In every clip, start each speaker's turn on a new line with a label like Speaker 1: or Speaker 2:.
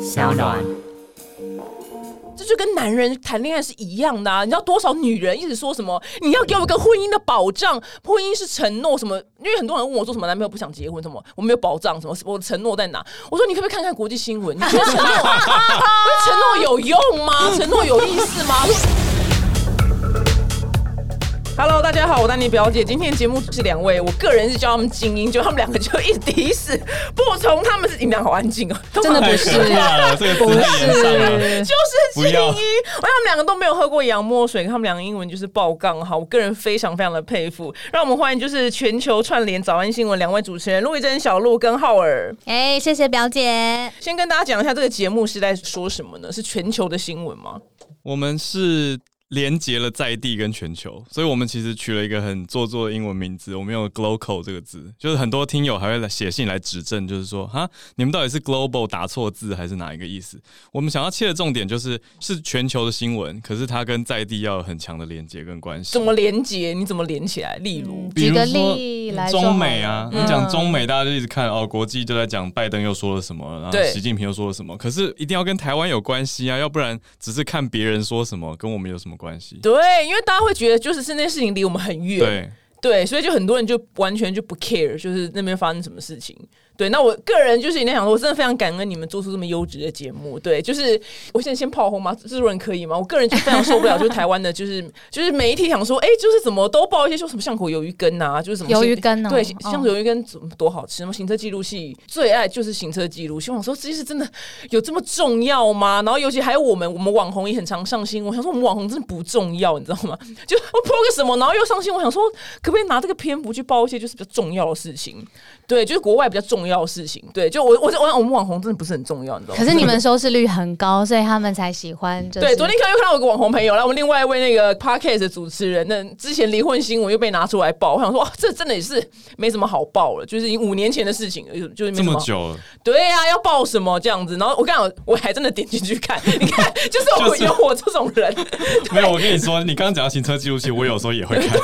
Speaker 1: 小暖。
Speaker 2: 这就跟男人谈恋爱是一样的啊！你知道多少女人一直说什么你要给我一个婚姻的保障，婚姻是承诺什么？因为很多人问我说什么男朋友不想结婚什么，我没有保障什么，我的承诺在哪？我说你可不可以看看国际新闻？你觉得承 诺，承诺有用吗？承诺有意思吗？Hello，大家好，我丹妮表姐。今天节目是两位，我个人是叫他们精英，就他们两个就一抵死，不从他们是你们俩好安静哦，真
Speaker 1: 真的不
Speaker 3: 太
Speaker 1: 是
Speaker 3: 可怕了，这个
Speaker 1: 不
Speaker 3: 词太严重了。
Speaker 1: 是
Speaker 2: 就是
Speaker 3: 不
Speaker 2: 精英，
Speaker 3: 要
Speaker 2: 而且他们两个都没有喝过洋墨水，他们两个英文就是爆杠哈，我个人非常非常的佩服。让我们欢迎就是全球串联早安新闻两位主持人陆一珍、小鹿跟浩尔。
Speaker 1: 哎、谢谢表姐。
Speaker 2: 先跟大家讲一下这个节目是在说什么呢？是全球的新闻吗？
Speaker 3: 我们是连接了在地跟全球，所以我们其实取了一个很做作的英文名字，我们用 “global” 这个字，就是很多听友还会来写信来指正，就是说哈，你们到底是 “global” 打错字还是哪一个意思？我们想要切的重点就是是全球的新闻，可是它跟在地要有很强的连接跟关系
Speaker 2: 怎。么连接？你怎么连起来？例如，
Speaker 3: 比
Speaker 1: 举
Speaker 3: 如
Speaker 1: 个
Speaker 3: 说
Speaker 1: 例来说，嗯
Speaker 3: 中美啊，
Speaker 2: 嗯
Speaker 3: 你讲中美，大家就一直看哦，国际就在讲拜登又说了什么，然后
Speaker 2: 对
Speaker 3: 习近平又说了什么，可是一定要跟台湾有关系啊，要不然只是看别人说什么，跟我们有什么关系？
Speaker 2: 对，因为大家会觉得就是这件事情离我们很远，
Speaker 3: 对，
Speaker 2: 对，所以就很多人就完全就不 care，就是那边发生什么事情。对，那我个人就是也在想说，我真的非常感恩你们做出这么优质的节目。对，就是我现在先炮轰吗？制作人可以吗？我个人就非常受不了，就是台湾的，就是就是媒体想说，哎、就是怎么都报一些说什么巷口鱿鱼羹啊，就是什么
Speaker 1: 鱿
Speaker 2: 行
Speaker 1: 鱼羹哦
Speaker 2: 对，
Speaker 1: 哦
Speaker 2: 巷口鱿鱼羹怎么多好吃？什么行车记录器最爱就是行车记录器。我想说，这件事真的有这么重要吗？然后尤其还有我们，我们网红也很常上新闻。我想说，我们网红真的不重要，你知道吗？ 就我 p 个什么，然后又上新闻，我想说，可不可以拿这个篇幅去报一些就是比较重要的事情？对，就是国外比较重要的事情。对，就我我我我们网红真的不是很重要，你知道吗
Speaker 1: 可？是你们收视率很高，所以他们才喜欢、就是。
Speaker 2: 对，昨天看又看到有个网红朋友，然后我们另外一位那个 podcast 的主持人，那之前离婚新闻又被拿出来爆，我想说，哇，这真的也是没什么好报了，就是已经五年前的事情了，就就是没
Speaker 3: 这
Speaker 2: 什
Speaker 3: 么
Speaker 2: 好
Speaker 3: 久了，
Speaker 2: 对啊，要报什么这样子？然后我刚好我还真的点进去看，你看，就是我、
Speaker 3: 就是
Speaker 2: 有我这种人，
Speaker 3: 没有，我跟你说，你刚刚讲到行车记录器，我有时候也会看，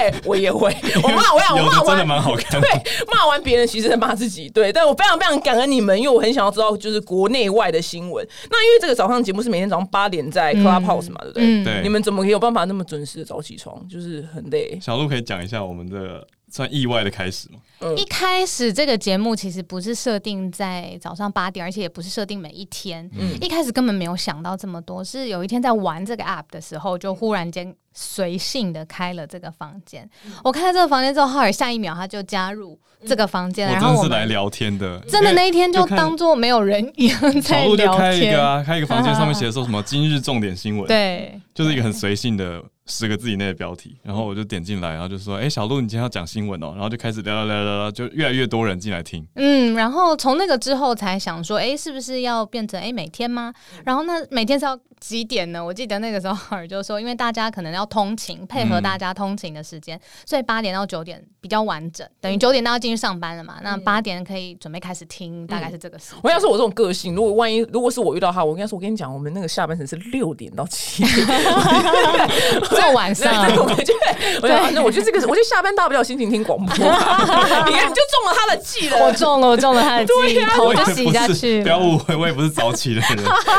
Speaker 2: 哎、我也会，我骂我想我
Speaker 3: 有
Speaker 2: 骂
Speaker 3: 的真的
Speaker 2: 完。
Speaker 3: 蛮好看的
Speaker 2: 对。， 骂完别人其实在骂自己。对，但我非常非常感恩你们，因为我很想要知道就是国内外的新闻。那因为这个早上节目是每天早上八点在 Clubhouse 嘛，对不对？
Speaker 1: 嗯
Speaker 3: 对
Speaker 2: 你们怎么有办法那么准时的早起床？就是很累。
Speaker 3: 小鹿可以讲一下我们的算意外的开始吗？
Speaker 2: 嗯
Speaker 1: 一开始这个节目其实不是设定在早上八点，而且也不是设定每一天。
Speaker 2: 嗯
Speaker 1: 一开始根本没有想到这么多，是有一天在玩这个 app 的时候，就忽然间随性的开了这个房间。
Speaker 2: 嗯
Speaker 1: 我开了这个房间之后，浩尔下一秒他就加入这个房间，
Speaker 3: 我
Speaker 1: 然
Speaker 3: 真
Speaker 1: 后
Speaker 3: 的
Speaker 1: 我
Speaker 3: 是来
Speaker 1: 们
Speaker 3: 聊天的，
Speaker 1: 真的那一天就
Speaker 3: 就看
Speaker 1: 当做没有人 一样在
Speaker 3: 小鹿就
Speaker 1: 聊
Speaker 3: 开一
Speaker 1: 天。嗯
Speaker 3: 个啊，开一个房间，上面写说什么今日重点新闻，
Speaker 1: 对，
Speaker 3: 就是一个很随性的十个字以内的标题，然后我就点进来，然后就说：“哎、小鹿，你今天要讲新闻哦。”然后就开始聊聊聊聊聊，就越来越多人进来 听。
Speaker 1: 嗯，然后从那个之后才想说，哎，是不是要变成哎每天吗？
Speaker 3: 嗯
Speaker 1: 然后那每天是要几点呢？我记得那个时候 好像就说，因为大家可能要通勤，配合大家通勤的时间，所以八点到九点比较完整，等
Speaker 3: 嗯
Speaker 1: 于九点大家进去上班了嘛，那八点可以准备开始听，
Speaker 3: 嗯
Speaker 1: 大概是这个时间。
Speaker 2: 我要是我这种个性，如果万一如果是我遇到他，我跟他说，我跟你讲，我们那个下半程是六点到七点，
Speaker 1: 这晚 上
Speaker 2: 对，，我觉得，哎我想，那 我觉得这个是，我觉得下班大不了心情听广播，你看你就中了他的计了。
Speaker 1: 我中了，我中了他的记忆，头
Speaker 3: 啊也
Speaker 1: 就
Speaker 3: 不
Speaker 1: 洗下
Speaker 3: 是，
Speaker 1: 去
Speaker 3: 不
Speaker 1: 了
Speaker 3: 要误会，我也不是早起 的人。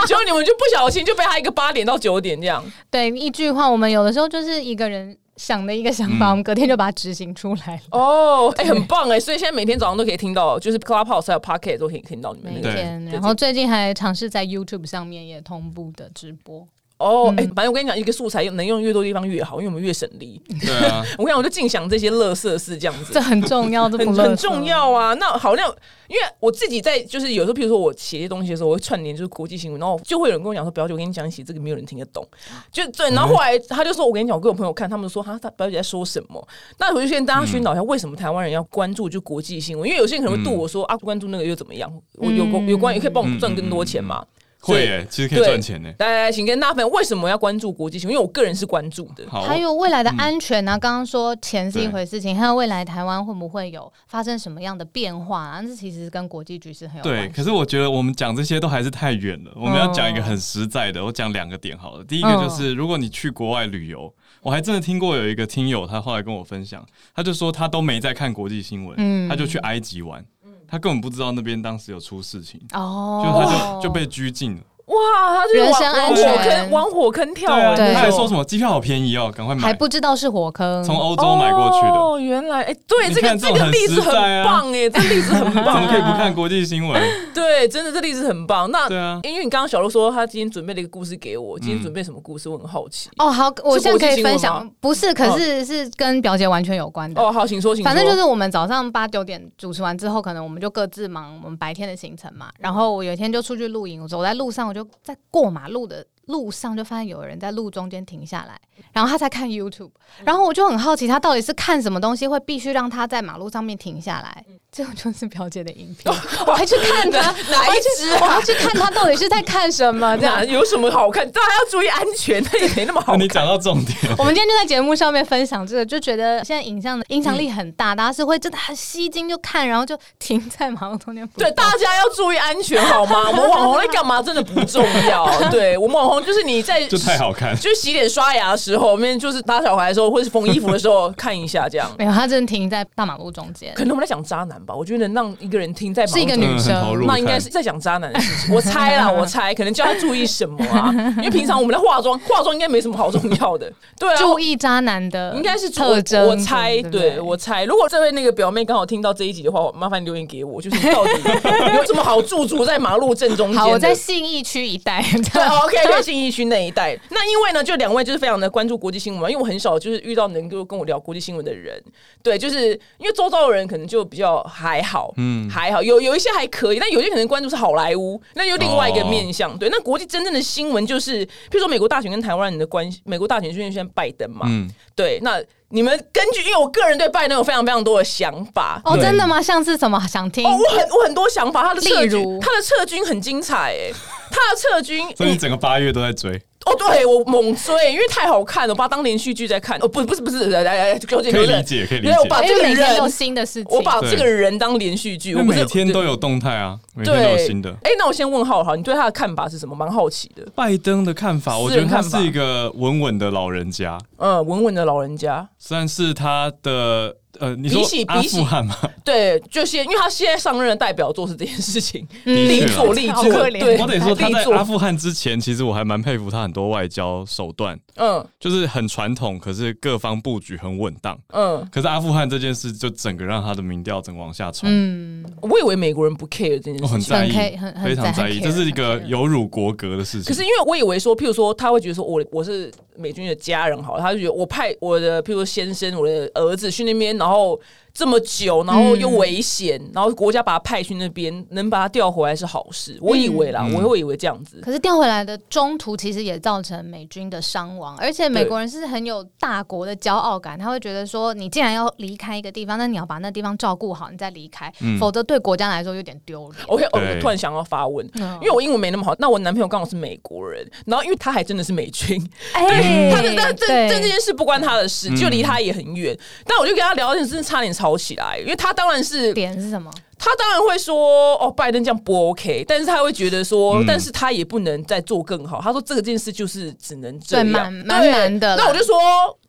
Speaker 2: 结果你们就不小心就被他一个八点到九点这样，
Speaker 1: 对，一句话，我们有的时候就是一个人想的一个想法，
Speaker 3: 嗯
Speaker 1: 我们隔天就把它执行出来了。
Speaker 2: 哦，哎，很棒哎，所以现在每天早上都可以听到，就是 Clubhouse 还有 Pocket 都可以听到你们
Speaker 1: 每
Speaker 2: 那个。
Speaker 1: 天，
Speaker 2: 对
Speaker 1: 然后最近还尝试在 YouTube 上面也同步的直播。
Speaker 2: 哦，哎，反正我跟你讲，一个素材能用越多地方越好，因为我们越省力。
Speaker 3: 对啊，
Speaker 2: 我跟你讲，我就尽想这些乐色事这样子
Speaker 1: 这。很重要，这不
Speaker 2: 很
Speaker 1: 乐
Speaker 2: 很
Speaker 1: 色
Speaker 2: 重。要啊。那好，那因为我自己在就是有时候，譬如说我写一些东西的时候，我会串联就是国际新闻，然后就会有人跟我讲说：“表姐，我跟你讲，你写这个没有人听得懂。”就对，然后后来他就说：“我跟你讲，我给我朋友看，他们说哈，他表姐在说什么？”那我就先跟
Speaker 3: 嗯
Speaker 2: 大家宣导一下，为什么台湾人要关注就国际新闻？因为有些人可能会对我说：“啊，关注那个又怎么样？我有关有关，也可以帮
Speaker 3: 嗯
Speaker 2: 我赚更多钱嘛。”
Speaker 3: 会耶，其实可以赚钱呢。
Speaker 2: 来来来，请跟大家分享为什么要关注国际新闻，因为我个人是关注的。
Speaker 3: 好，
Speaker 1: 还
Speaker 3: 我
Speaker 1: 有未来的安全啊，刚刚说钱是一回事情，还有未来台湾会不会有发生什么样的变化啊？这其实跟国际局势很有
Speaker 3: 对，
Speaker 1: 关系。
Speaker 3: 可是我觉得我们讲这些都还是太远了。我们要讲一个很实在的，我讲两个点好了。第一个
Speaker 1: 嗯
Speaker 3: 就是，如果你去国外旅游，我还真的听过有一个
Speaker 1: 嗯
Speaker 3: 听友，他后来跟我分享，他就说他都没在看国际新闻，他就去埃及玩。他根本不知道那边当时有出事情，
Speaker 1: 哦，
Speaker 3: 就他就就被拘禁了。
Speaker 2: 哇，他就是
Speaker 1: 人
Speaker 2: 往
Speaker 1: 身
Speaker 2: 往
Speaker 1: 安
Speaker 2: 火
Speaker 1: 全
Speaker 2: 坑往火坑跳
Speaker 3: 啊，
Speaker 2: 哎，
Speaker 1: 对
Speaker 3: 他还说
Speaker 2: 么
Speaker 3: 什么机票好便宜哦，赶快买
Speaker 1: 还，不知道是火坑，
Speaker 3: 从欧洲买过去的，
Speaker 2: 哦，原来哎，对，
Speaker 3: 你
Speaker 2: 这个
Speaker 3: 看
Speaker 2: 这
Speaker 3: 这种
Speaker 2: 个
Speaker 3: 很
Speaker 2: 例子
Speaker 3: 实
Speaker 2: 很
Speaker 3: 在啊
Speaker 2: 棒哎，这例子很
Speaker 3: 怎
Speaker 2: 棒
Speaker 3: 么可以不看国际新闻？
Speaker 2: 对，真的这例子很棒。那
Speaker 3: 对啊，
Speaker 2: 因为你刚刚小鹿说他今天准备了一个故事给我，今天准备什么故事？我很好奇。
Speaker 1: 哦，好，我现在可
Speaker 2: 国际
Speaker 1: 以分
Speaker 2: 新闻
Speaker 1: 享，不是，可是是跟表姐完全有关的。
Speaker 2: 哦，好，请说，请说。
Speaker 1: 反正就是我们早上八九点主持完之后，可能我们就各自忙我们白天的行程嘛。然后我有一天就出去露营，我走在路上，我就在过马路的路上就发现有人在路中间停下来，然后他在看 YouTube，然后我就很好奇他到底是看什么东西会必须让他在马路上面停下来。
Speaker 2: 嗯
Speaker 1: 这种就是表姐的影 片，我还去看他
Speaker 2: 哪一啊只
Speaker 1: 我还去看他到底是在看什么这样
Speaker 2: 那。有什么好看？大家要注意安全，那也没那么好
Speaker 3: 那
Speaker 2: 看。
Speaker 3: 你讲到重点，
Speaker 1: 我们今天就在节目上面分享这个，就觉得现在影像的影
Speaker 2: 嗯
Speaker 1: 响力很大，大家是会真的很吸睛就看，然后就停在马路中间。
Speaker 2: 对，大家要注意安全好 吗？我们网红在干嘛真的不重 要。对我们网红就是你在
Speaker 3: 就太 好看。
Speaker 2: 就是洗脸刷牙的时候，我们就是打小孩的时候，或是缝衣服的时候看一下这样。
Speaker 1: 没有，他真的停在大马路中间
Speaker 2: 可。能我们在讲渣男吧，我觉得能让一个人听在
Speaker 1: 是一个女
Speaker 3: 嗯很
Speaker 1: 生
Speaker 3: 投入
Speaker 2: 那应该
Speaker 3: 看
Speaker 2: 是在讲渣男的事情，我猜啦，我猜，可能叫他注意什么啊？因为平常我们在化妆，化妆应该没什么好重要的，对啊，
Speaker 1: 注意渣男的，
Speaker 2: 应该是
Speaker 1: 特征。
Speaker 2: 我我猜，
Speaker 1: 不
Speaker 2: 对我猜，如果这位那个表妹刚好听到这一集的话，麻烦留言给我，就是你到底 有什么好驻足在马路正中间的？
Speaker 1: 好，我在信义区一带。
Speaker 2: 对，OK，在啊信义区那一带。那因为呢，就两位就是非常的关注国际新闻嘛，因为我很少就是遇到能够跟我聊国际新闻的人。对，就是因为周遭的人可能就比较还好，嗯，还好，有有一些还可以，但有些可能关注是好莱坞，那又另外一个面向。
Speaker 3: 哦
Speaker 2: 对，那国际真正的新闻就是，譬如说美国大选跟台湾人的关系，美国大选出现现在拜登嘛，
Speaker 3: 嗯，
Speaker 2: 对，那你们根据，因为我个人对拜登有非常非常多的想法。
Speaker 1: 哦，
Speaker 3: 对
Speaker 1: 真的吗？像是什么想听？
Speaker 2: 哦，我很我很多想法，他的撤
Speaker 1: 例
Speaker 2: 军，
Speaker 1: 如
Speaker 2: 他的撤军很精彩哎、他的撤军，
Speaker 3: 所以你整个八月都在追，
Speaker 2: 哦，对我猛追，因为太好看了，我把它当连续剧在看。哦，不，不是，不是，来来来，纠结
Speaker 3: 可以理解，可以理
Speaker 2: 因为我把
Speaker 3: 解。
Speaker 1: 因
Speaker 2: 这
Speaker 1: 为
Speaker 2: 个
Speaker 1: 哎每天有
Speaker 2: 人，
Speaker 1: 新的事情。
Speaker 2: 我把这个人当连续剧，我
Speaker 3: 因为
Speaker 2: 不是
Speaker 3: 每天都有动态啊，每
Speaker 2: 对。
Speaker 3: 天都有新的。
Speaker 2: 哎、那我先问浩好，你对他的看法是什么？蛮好奇的。
Speaker 3: 拜登的看法，我
Speaker 2: 私
Speaker 3: 觉
Speaker 2: 人
Speaker 3: 得他
Speaker 2: 看法
Speaker 3: 是一个稳稳的老人家，
Speaker 2: 嗯，稳稳的老人家，
Speaker 3: 算是他的呃，你
Speaker 2: 比
Speaker 3: 说
Speaker 2: 起
Speaker 3: 阿
Speaker 2: 比起
Speaker 3: 富汗吗？
Speaker 2: 对，就是因为他现在上任的代表作是这件事情，
Speaker 1: 嗯
Speaker 2: 力
Speaker 3: 的确啊
Speaker 2: 做力
Speaker 1: 好
Speaker 2: 做，
Speaker 1: 可怜哦
Speaker 2: 对，
Speaker 3: 我得说他
Speaker 2: 力
Speaker 3: 在
Speaker 2: 作
Speaker 3: 阿富汗之前，其实我还蛮佩服他很多外交手段，
Speaker 2: 嗯
Speaker 3: 就是很传统，可是各方布局很稳当。
Speaker 2: 嗯，
Speaker 3: 可是阿富汗这件事，就整个让他的民调整个往下冲，
Speaker 1: 嗯，
Speaker 2: 我以为美国人不 care 这件
Speaker 3: 我
Speaker 2: 事
Speaker 3: 哦很
Speaker 2: 情。
Speaker 3: 在意
Speaker 1: 很 care，很，很
Speaker 3: 非常
Speaker 1: 在
Speaker 3: 在意，
Speaker 1: care，
Speaker 3: 这是一个
Speaker 1: 很 care
Speaker 3: 有辱国格的事
Speaker 2: 可
Speaker 3: 情。
Speaker 2: 是因为我以为说，譬如说他会觉得说我我是美军的家人好了，他就觉得我派我的譬如说先生、我的儿子去那边，然后这么久，然后
Speaker 1: 嗯
Speaker 2: 又危险，然后国家把他派去那边，能把他调回来是好事。我以为啦，
Speaker 3: 嗯
Speaker 2: 我会以为这样子。
Speaker 1: 可是调回来的中途，其实也造成美军的伤亡，而且美国人是很有大国的骄傲感，他会觉得说，你既然要离开一个地方，那你要把那地方照顾好，你再离开，否则对国家来说有点丢脸。
Speaker 2: OK，哦，
Speaker 3: 对
Speaker 2: 我突然想要发问，
Speaker 1: 嗯
Speaker 2: 因为我英文没那么好，那我男朋友刚好是美国人，然后因为他还真的是美军，
Speaker 1: 哎
Speaker 2: 他的但这
Speaker 1: 对
Speaker 2: 这件事不关他的事，就离他也很远。但我就跟他聊天，真的差点吵起来，因为他当然是
Speaker 1: 点是什么？
Speaker 2: 他当然会说哦，拜登这样不 OK，但是他会觉得说，
Speaker 3: 嗯
Speaker 2: 但是他也不能再做更好。他说这个件事就是只能这样，
Speaker 1: 对蛮蛮难的啦
Speaker 2: 那我就说，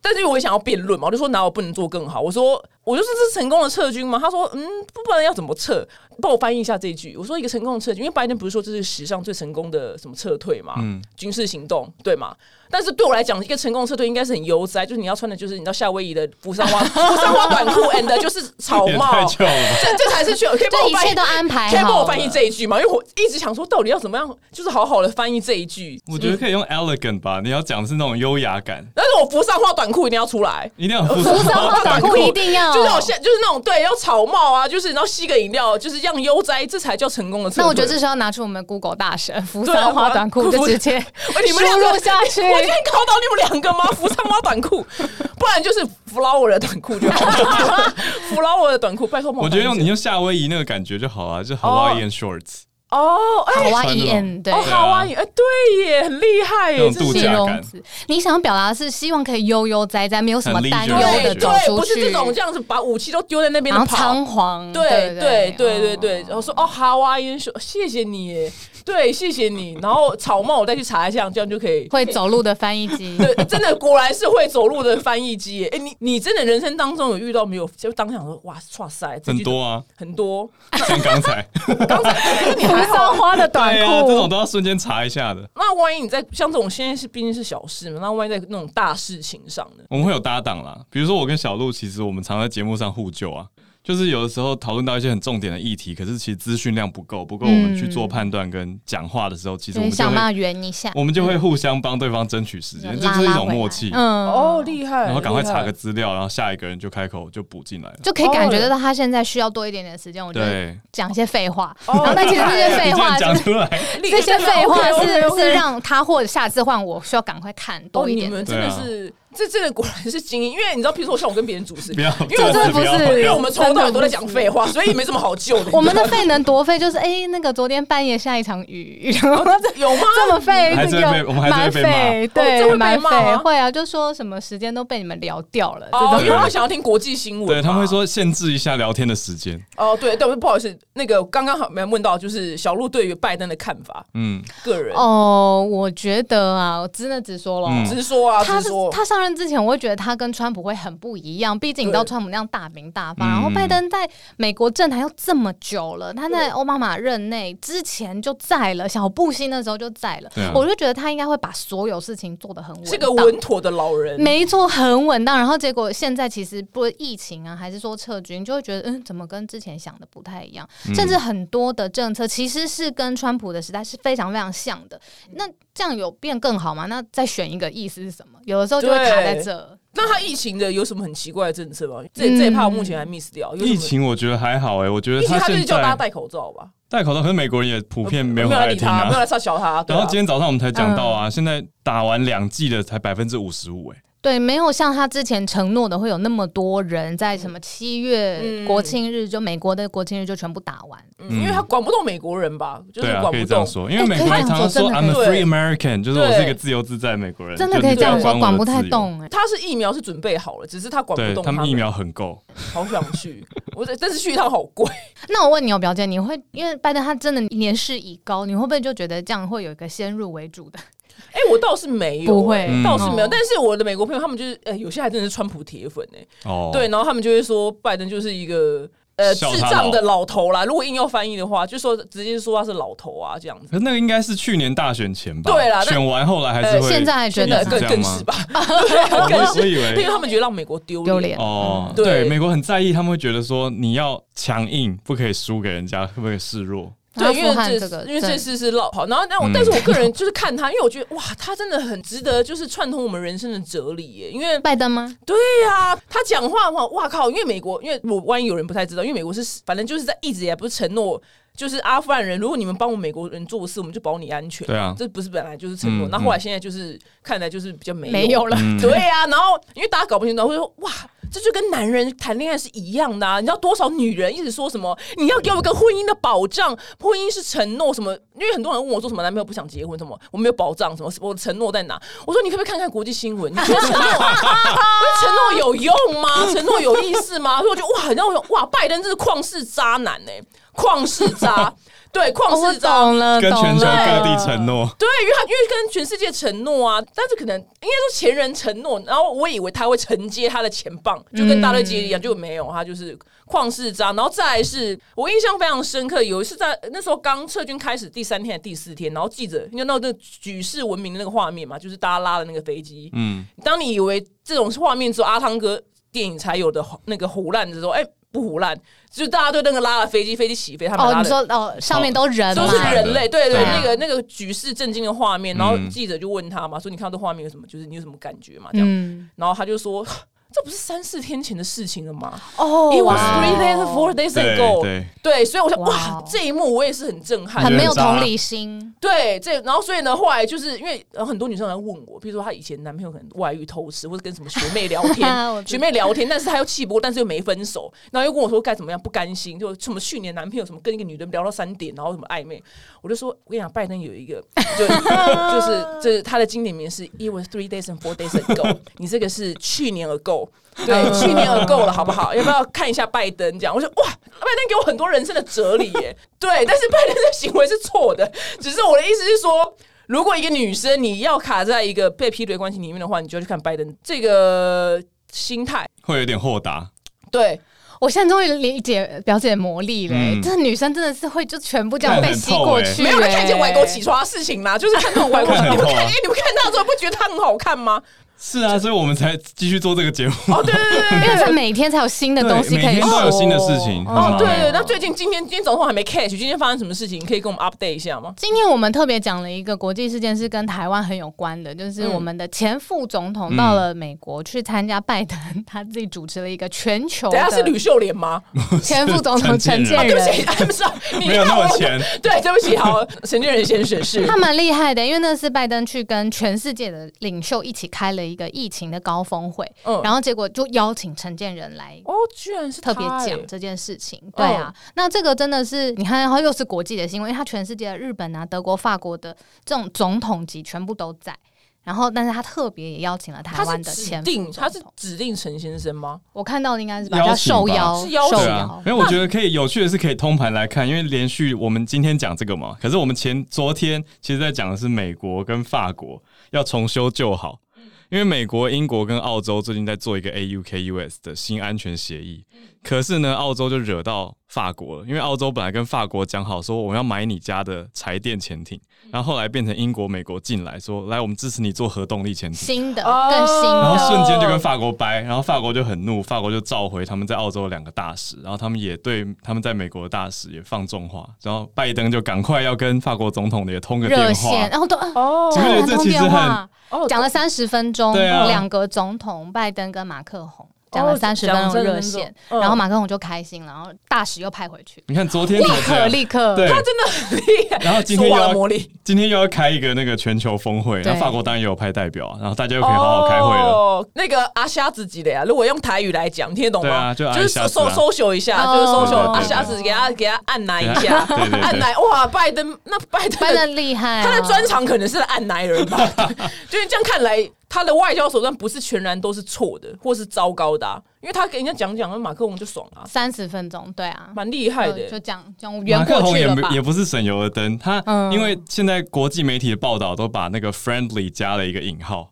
Speaker 2: 但是因为我也想要辩论嘛，我就说哪有不能做更好？我说我就是这是成功的撤军嘛。他说嗯，不不然要怎么撤？帮我翻译一下这一句。我说一个成功的撤军，因为拜登不是说这是史上最成功的什么撤退嘛，
Speaker 3: 嗯
Speaker 2: 军事行动对嘛？但是对我来讲，一个成功的撤退应该是很悠哉，就是你要穿的就是你知道夏威夷的扶桑 花扶桑花短裤，and 就是草
Speaker 3: 也
Speaker 2: 帽
Speaker 3: 太，旧了，
Speaker 2: 这这才是 去可以帮
Speaker 1: 就
Speaker 2: 我
Speaker 1: 一
Speaker 2: 翻译
Speaker 1: 切都安排
Speaker 2: 可以帮我
Speaker 1: 好了
Speaker 2: 翻译这一句吗？因为我一直想说，到底要怎么样，就是好好的翻译这一句。嗯
Speaker 3: 我觉得可以用 elegant 吧，你要讲的是那种优雅感，
Speaker 2: 但是我服上花短裤一定要出 来，
Speaker 3: 一定要服
Speaker 1: 服装 化短裤一定要，
Speaker 2: 就是我现就是那种对要草帽啊，就是然后吸个饮料，就是让悠哉，这才叫成功的策略。
Speaker 1: 那我觉得这时候拿出我们 Google 大神服
Speaker 2: 对啊
Speaker 1: 装花短
Speaker 2: 我
Speaker 1: 裤，就直接
Speaker 2: 喂哎你们两
Speaker 1: 输
Speaker 2: 个
Speaker 1: 入下去
Speaker 2: 我今天考到你们两个吗？扶上花短裤，不然就是 flower 的短裤就好 了。flower 的短裤，拜托帮
Speaker 3: 我觉得用
Speaker 2: 翻译
Speaker 3: 你用夏威夷那个感觉就好啊，就 Hawaiian shorts
Speaker 2: 哦，哎、
Speaker 1: 好啊
Speaker 3: 穿这种
Speaker 1: en 对
Speaker 2: 哦，。
Speaker 3: 对啊
Speaker 2: 好啊，哎、对耶，很厉害耶，
Speaker 3: 那种
Speaker 2: 这是
Speaker 3: 度假
Speaker 1: 形容
Speaker 3: 感
Speaker 1: 词，你想表达的是希望可以悠悠哉哉，没有什么
Speaker 3: 很
Speaker 1: 担
Speaker 3: leisure
Speaker 1: 忧
Speaker 3: 感
Speaker 1: 的
Speaker 2: 对
Speaker 3: 觉
Speaker 1: 走
Speaker 2: 对，
Speaker 1: 出
Speaker 2: 不是这
Speaker 1: 去，
Speaker 2: 种这样子把武器都丢在那边
Speaker 1: 然
Speaker 2: 的
Speaker 1: 后
Speaker 2: 跑。
Speaker 1: 仓皇，
Speaker 2: 对
Speaker 1: 对
Speaker 2: 对对对
Speaker 1: 哦
Speaker 2: 啊对，然后说哦，哈哇因说谢谢你耶，对，谢谢你。然后草帽我再去查一下，这样就可以。
Speaker 1: 会走路的翻译机，
Speaker 2: 对，真的果然是会走路的翻译机耶。哎、你你真的人生当中有遇到没有？就当下想说，哇，哇塞，这
Speaker 3: 很
Speaker 2: 句
Speaker 3: 多啊，
Speaker 2: 很 多。
Speaker 3: 像 刚才，
Speaker 2: 刚才你
Speaker 1: 扶
Speaker 2: 还好
Speaker 1: 桑花的短
Speaker 3: 对啊，这种
Speaker 1: 裤，
Speaker 3: 都要瞬间查一下的。
Speaker 2: 那万一你在像这种现在是毕竟是小事嘛，那万一在那种大事情上呢？
Speaker 3: 我们会有搭档啦，比如说我跟小鹿，其实我们常在节目上互救啊，就是有的时候讨论到一些很重点的议题，可是其实资讯量不够，不够我们去做判断跟讲话的时候，其实我
Speaker 1: 对
Speaker 3: 们就
Speaker 1: 想
Speaker 3: 会
Speaker 1: 办法圆一下，
Speaker 3: 我们就会互相帮对方争取时间，这
Speaker 1: 拉
Speaker 3: 就是一
Speaker 1: 拉
Speaker 3: 种
Speaker 1: 回
Speaker 3: 默
Speaker 1: 来
Speaker 3: 契。
Speaker 1: 嗯，
Speaker 2: 哦，厉害！
Speaker 3: 然后赶快
Speaker 2: 厉害
Speaker 3: 查个资料，然后下一个人就开口就补进来了。
Speaker 1: 就可以感觉得到他现在需要多一点点时间，我觉得
Speaker 3: 对，
Speaker 1: 讲一些废话。
Speaker 2: 哦
Speaker 1: 然后但其实这些
Speaker 3: 你
Speaker 1: 废
Speaker 3: 这样
Speaker 1: 话
Speaker 3: 讲
Speaker 1: 是。
Speaker 3: 出来，
Speaker 2: 厉
Speaker 1: 这些废话是
Speaker 2: OK，OK，OK
Speaker 1: 是让他或者下次换我需要赶快看
Speaker 2: 哦，
Speaker 1: 多一
Speaker 2: 你
Speaker 1: 点的。
Speaker 2: 们真的
Speaker 3: 啊
Speaker 2: 是、这真的果然是精英，因为你知道，平时我像我跟别人主持
Speaker 3: 不，要，
Speaker 2: 因为我
Speaker 3: 这
Speaker 1: 真
Speaker 3: 样
Speaker 1: 的
Speaker 3: 子
Speaker 1: 不
Speaker 3: 要
Speaker 1: 是
Speaker 2: 因为我们从头到尾都在讲
Speaker 1: 真的不是
Speaker 2: 废话，所以没什么好救 的。
Speaker 1: 我们的肺能多肺就是哎、那个昨天半夜下一场雨，然后这
Speaker 2: 有吗？
Speaker 1: 这么废，
Speaker 3: 还真
Speaker 1: 这个
Speaker 3: 被我们还真
Speaker 1: 蛮
Speaker 3: 被被
Speaker 2: 哦
Speaker 1: 废，
Speaker 3: 骂
Speaker 2: 这会
Speaker 1: 对，
Speaker 2: 被
Speaker 1: 蛮
Speaker 2: 骂吗
Speaker 1: 废，会啊，就说什么时间都被你们聊掉了，这
Speaker 2: 哦，
Speaker 1: 种
Speaker 2: 因为我想要听国际新闻嘛。
Speaker 3: 对他们会说限制一下聊天的时间。
Speaker 2: 哦，对，但不好意思，那个刚刚好没问到，就是小鹿对于拜登的看法，
Speaker 3: 嗯，
Speaker 2: 个人
Speaker 1: 哦，我觉得啊，我真的直说了。
Speaker 3: 嗯
Speaker 2: 直说啊，
Speaker 1: 他
Speaker 2: 直
Speaker 1: 是
Speaker 2: 说。
Speaker 1: 他上任之前，我会觉得他跟川普会很不一样。毕竟你知道
Speaker 2: 对
Speaker 1: 川普那样大名大
Speaker 3: 嗯
Speaker 1: 方，然后拜登在美国政坛又这么久了，他在奥巴马任内之前就在了，小布希那时候就在了
Speaker 3: 对啊，
Speaker 1: 我就觉得他应该会把所有事情做得很稳当，
Speaker 2: 是个稳妥的老人，
Speaker 1: 没错，很稳当。然后结果现在其实不论疫情啊，还是说撤军，就会觉得嗯，怎么跟之前想的不太一样？甚至很多的政策其实是跟川普的时代是非常非常像的。那这样有变更好吗？那再选一个意思是什么？有的时候就会卡在这。
Speaker 2: 那他疫情的有什么很奇怪的政策吗？这
Speaker 1: 嗯
Speaker 2: 这一趴我目前还 miss 掉。有什么
Speaker 3: 疫，情我觉得还好哎、我觉
Speaker 2: 疫
Speaker 3: 得
Speaker 2: 情
Speaker 3: 他
Speaker 2: 他就是
Speaker 3: 现
Speaker 2: 叫大家
Speaker 3: 在
Speaker 2: 戴口罩吧，
Speaker 3: 戴口罩，可是美国人也普遍没有
Speaker 2: 没
Speaker 3: 很
Speaker 2: 有来
Speaker 3: 爱
Speaker 2: 理
Speaker 3: 听
Speaker 2: 他，没有
Speaker 3: 啊。
Speaker 2: 来嘲笑他。对啊
Speaker 3: 然后今天早上我们才讲到
Speaker 1: 嗯
Speaker 3: 啊，现在打完两剂的才百分之五十五哎，
Speaker 1: 对，没有像他之前承诺的会有那么多人在什么七月
Speaker 2: 嗯
Speaker 1: 国庆日，就美国的国庆日就全部打完。
Speaker 2: 嗯因为他管不动美国人吧，就是
Speaker 3: 对啊，
Speaker 2: 管不
Speaker 3: 可以这样
Speaker 2: 动。
Speaker 3: 说，因为
Speaker 1: 哎
Speaker 3: 美国
Speaker 1: 可以
Speaker 3: 人
Speaker 1: 这样
Speaker 3: 常常
Speaker 1: 说
Speaker 3: 说
Speaker 1: 真
Speaker 3: I'm
Speaker 1: 的
Speaker 3: a
Speaker 2: 可以
Speaker 3: free American，就是我
Speaker 2: 对
Speaker 3: 是一个自由自在美国人，
Speaker 1: 真的
Speaker 3: 就
Speaker 1: 可以
Speaker 3: 你
Speaker 1: 这样
Speaker 3: 不要
Speaker 1: 说，管
Speaker 3: 我
Speaker 1: 不
Speaker 3: 的
Speaker 1: 太
Speaker 3: 自由。
Speaker 1: 动哎、
Speaker 2: 他是疫苗是准备好了，只是他管
Speaker 3: 对
Speaker 2: 不动
Speaker 3: 他们
Speaker 2: 们
Speaker 3: 疫，苗很够，
Speaker 2: 好想去， 我这但是去一趟好 贵。
Speaker 1: 那我问你哦，表姐，你会因为拜登他真的年事已高，你会不会就觉得这样会有一个先入为主的？
Speaker 2: 哎，我倒是没有，
Speaker 1: 不会
Speaker 2: 哎倒是没有。
Speaker 1: 嗯
Speaker 2: 但是我的美国朋友他们就是，哎，有些还真的是川普铁粉哎，
Speaker 3: 哦，
Speaker 2: 对，，然后他们就会说拜登就是一个。呃，智
Speaker 3: 笑他
Speaker 2: 障
Speaker 3: 老
Speaker 2: 的老头啦，如果硬要翻译的话，就说直接说他是老头啊，这样子。
Speaker 3: 可是那个应该是去年大选前吧？
Speaker 2: 对啦那
Speaker 3: 选完后来还是
Speaker 2: 呃
Speaker 3: 会
Speaker 1: 现在还觉
Speaker 3: 一
Speaker 2: 真
Speaker 1: 得
Speaker 3: 直
Speaker 2: 的更
Speaker 3: 这样
Speaker 2: 更
Speaker 3: 吗
Speaker 2: 是？吧？ 对啊，更
Speaker 3: 我
Speaker 2: 是，
Speaker 3: 以
Speaker 2: 因
Speaker 3: 为
Speaker 2: 为他们觉得让美国丢
Speaker 1: 丢
Speaker 2: 脸。
Speaker 1: 脸
Speaker 3: 哦，
Speaker 2: 对
Speaker 3: 对，美国很在意，他们会觉得说你要强硬，不可以输给人家，不可以示弱。
Speaker 1: 阿
Speaker 2: 对，因
Speaker 1: 富
Speaker 2: 为
Speaker 1: 汗
Speaker 2: 这
Speaker 1: 这个
Speaker 2: 因为
Speaker 1: 真
Speaker 2: 这次是落跑，然后但我、
Speaker 3: 嗯
Speaker 2: 但是我个人就是看他，因为我觉得哇，他真的很值得，就是串通我们人生的哲理耶。因为
Speaker 1: 拜登吗？
Speaker 2: 对呀、他讲话嘛，哇靠！因为美国，因为我万一有人不太知道，因为美国是反正就是在一直也不是承诺，就是阿富汗人，如果你们帮我美国人做事，我们就保你安全。
Speaker 3: 对啊
Speaker 2: 这不是本来就是承诺，
Speaker 3: 嗯
Speaker 2: 那、后来现在就是看来就是比较没
Speaker 1: 没有了，
Speaker 3: 嗯，
Speaker 2: 对呀、然后因为大家搞不清楚，会说哇，这就跟男人谈恋爱是一样的啊！你知道多少女人一直说什么你要给我一个婚姻的保障，婚姻是承诺什么？因为很多人问我说什么男朋友不想结婚什么，我没有保障什么，我的承诺在哪？我说你可不可以看看国际新闻？你觉得承诺，你觉得承诺有用吗？承诺有意思吗？所以我就哇，然后我说哇，拜登真是旷世渣男呢、旷世渣，对，旷
Speaker 1: 哦我
Speaker 2: 世渣。
Speaker 1: 懂了，
Speaker 3: 跟全球
Speaker 1: 懂了
Speaker 3: 各地承诺，
Speaker 2: 对，因为他因为跟全世界承诺啊，但是可能应该说前人承诺，然后我以为他会承接他的前棒，就跟大卫杰一样，就没有他就是旷世渣。然后再来是我印象非常深刻，有一次在那时候刚撤军开始第三天还是第四天，然后记者你就那个举世闻名的那个画面嘛，就是大家拉的那个飞机，
Speaker 3: 嗯，
Speaker 2: 当你以为这种画面只有阿汤哥电影才有的那个胡乱的时候，哎、不胡乱，就是大家对那个拉了飞机，飞机起飞，他们
Speaker 1: 哦，
Speaker 2: 拉
Speaker 1: 你
Speaker 2: 的
Speaker 1: 说哦，上面都人
Speaker 2: 都
Speaker 1: 嘛
Speaker 2: 是
Speaker 3: 都是
Speaker 2: 人类，对对，
Speaker 3: 对
Speaker 1: 啊
Speaker 2: 那个那个举世震惊的画面，然后
Speaker 3: 嗯
Speaker 2: 记者就问他嘛，说你看到这画面有什么，就是你有什么感觉嘛？这样，
Speaker 1: 嗯，
Speaker 2: 然后他就说。这不是三四天前的事情了吗
Speaker 1: 哦
Speaker 2: ？It was
Speaker 1: 哇
Speaker 2: three days, four days
Speaker 3: 对
Speaker 2: ago
Speaker 3: 对，
Speaker 2: 对，所以我想，
Speaker 1: 哇
Speaker 2: 哇，这一幕我也是很震撼
Speaker 1: 很
Speaker 3: 人
Speaker 2: 的。
Speaker 1: 没有
Speaker 3: 渣
Speaker 1: 同理心，
Speaker 2: 对，这然后所以呢，后来就是因为呃很多女生来问我，比如说她以前男朋友可能外遇偷吃，或者跟什么学妹聊
Speaker 1: 我知道
Speaker 2: 天， 学妹聊天，但是她又气不过，但是又没分手，然后又跟我说该怎么样不甘心，就什么去年男朋友什么跟一个女的聊到三点，然后什么暧昧，我就说我跟你讲，拜登有一 个就就是就是他的经典名是 It was three days and four days ago，你这个是去年 ago， ago，对， 去年 ago 了，好不好？要不要看一下拜登？这样，我说哇，拜登给我很多人生的哲理耶。对，但是拜登的行为是错的，只是我的意思是说。如果一个女生你要卡在一个被劈腿的关系里面的话，你就要去看拜登这个心态。
Speaker 3: 会有点豁达。
Speaker 2: 对，
Speaker 1: 我现在终于理解表姐的魔力了、
Speaker 3: 嗯
Speaker 1: 这女生真的是会就全部这样
Speaker 3: 看得
Speaker 1: 被
Speaker 3: 很
Speaker 1: 吸
Speaker 3: 透
Speaker 1: 过
Speaker 3: 欸
Speaker 1: 去、
Speaker 2: 没有人看见
Speaker 1: 欸
Speaker 2: 歪狗起床的事情啦，就是看这种歪狗起床。你们看，哎、你们看他的时候不觉得他很好看吗？
Speaker 3: 是啊，所以我们才继续做这个节目。
Speaker 2: 哦，对对对对
Speaker 1: 因为
Speaker 2: 对
Speaker 1: 她每天才有新的
Speaker 3: 对
Speaker 1: 东西可
Speaker 3: 每
Speaker 1: 以
Speaker 3: 天
Speaker 1: 说，
Speaker 3: 都有新的事情。很
Speaker 2: 哦
Speaker 3: 好，
Speaker 2: 对
Speaker 3: 欸
Speaker 2: 对，那最近今天今天早上我还没 catch，今天发生什么事情？你可以跟我们 update 一下吗？
Speaker 1: 今天我们特别讲了一个国际事件，是跟台湾很有关的，
Speaker 2: 嗯
Speaker 1: 就是我们的前副总统到了美国去参加拜登，他自己主持了一个全球
Speaker 2: 等一下是吕
Speaker 1: 的
Speaker 2: 秀莲吗？
Speaker 1: 前副总统陈
Speaker 3: 陈建
Speaker 1: 建
Speaker 3: 仁
Speaker 2: 对不起
Speaker 1: 仁。
Speaker 2: ，I'm sorry，你看我
Speaker 3: 没有那么前。
Speaker 2: 对，对不起，好，陈建仁先生是
Speaker 1: 他蛮厉害的，因为那是拜登去跟全世界的领袖一起开了一个疫情的高峰会，
Speaker 2: 嗯
Speaker 1: 然后结果就邀请陈建仁来
Speaker 2: 哦，居然是
Speaker 1: 特别
Speaker 2: 他欸
Speaker 1: 讲这件事情。对啊，那这个真的是你看，然后又是国际的新闻，因为它全世界的日本啊、德国、法国的这种总统级全部都在。然后，但是他特别也邀请了台
Speaker 2: 他
Speaker 1: 湾
Speaker 2: 是
Speaker 1: 的
Speaker 2: 指
Speaker 1: 前
Speaker 2: 定
Speaker 1: 副
Speaker 2: 他是
Speaker 1: 总统，
Speaker 2: 指定陈先生吗？
Speaker 1: 我看到的应该是把
Speaker 3: 邀
Speaker 1: 他
Speaker 3: 请吧
Speaker 1: 受邀，
Speaker 2: 是邀请
Speaker 1: 受
Speaker 3: 对
Speaker 1: 邀
Speaker 3: 啊，因为我觉得可以有趣的是可以通盘来看，因为连续我们今天讲这个嘛，可是我们前昨天其实在讲的是美国跟法国要重修旧好，因为美国、英国跟澳洲最近在做一个 AUKUS 的新安全协议，可是呢，澳洲就惹到法国了，因为澳洲本来跟法国讲好说我要买你家的柴电潜艇，然后后来变成英国、美国进来说来我们支持你做核动力潜艇。
Speaker 1: 新的
Speaker 2: 哦
Speaker 1: 更新
Speaker 3: 然后
Speaker 1: 的。
Speaker 3: 瞬间就跟法国掰，然后法国就很怒，法国就召回他们在澳洲的两个大使，然后他们也对他们在美国的大使也放重话，然后拜登就赶快要跟法国总统的也通个
Speaker 1: 热
Speaker 3: 电
Speaker 1: 线，
Speaker 3: 话，
Speaker 1: 然后都啊
Speaker 2: 哦
Speaker 3: 怎么
Speaker 1: 对
Speaker 3: 觉得这
Speaker 1: 通
Speaker 3: 其实
Speaker 1: 电话，
Speaker 2: 哦
Speaker 1: 讲了三十分钟，
Speaker 3: 对啊
Speaker 1: 两个总统拜登跟马克宏讲了
Speaker 2: 哦
Speaker 1: 三十
Speaker 2: 讲
Speaker 1: 分
Speaker 2: 30
Speaker 1: 钟热
Speaker 2: 分钟
Speaker 1: 线，
Speaker 2: 嗯
Speaker 1: 然后马克宏就开心了，然后大使又派回去，
Speaker 3: 你看昨天
Speaker 1: 立
Speaker 3: 才这
Speaker 1: 刻
Speaker 3: 样
Speaker 1: 立刻，
Speaker 3: 对，
Speaker 2: 他真的很厉害，
Speaker 3: 哎然后今天又
Speaker 2: 说话的
Speaker 3: 要
Speaker 2: 魔力，
Speaker 3: 今天又要开一个那个全球峰会，然后
Speaker 1: 对
Speaker 3: 法国当然也有派代表啊，然后大家又可以好好开会了。
Speaker 2: 哦、那个阿瞎子级的呀，如果用台语来讲，你听得懂吗？
Speaker 3: 对啊就
Speaker 2: 就是
Speaker 3: 阿瞎
Speaker 2: 搜
Speaker 3: 子啊
Speaker 2: 搜搜索一下，
Speaker 1: 哦
Speaker 2: 就是搜索
Speaker 3: 对对对
Speaker 2: 阿瞎子，给他给他按奶一下，
Speaker 3: 对对对
Speaker 2: 按奶哇，拜登那拜登
Speaker 1: 拜登厉害、啊，
Speaker 2: 他的专长可能是按奶人 吧，就是这样看来，他的外交手段不是全然都是错的，或是糟糕的啊、因为他给人家讲讲，那马克龙就爽啊，
Speaker 1: 三十分钟，对啊，
Speaker 2: 蛮厉害的、
Speaker 1: 就就讲讲
Speaker 3: 马
Speaker 1: 圆
Speaker 3: 克
Speaker 1: 过
Speaker 3: 宏
Speaker 1: 去
Speaker 3: 也
Speaker 1: 了
Speaker 3: 不
Speaker 1: 吧
Speaker 3: 也。不是省油的灯，他
Speaker 1: 嗯
Speaker 3: 因为现在国际媒体的报道都把那个 friendly 加了一个引号，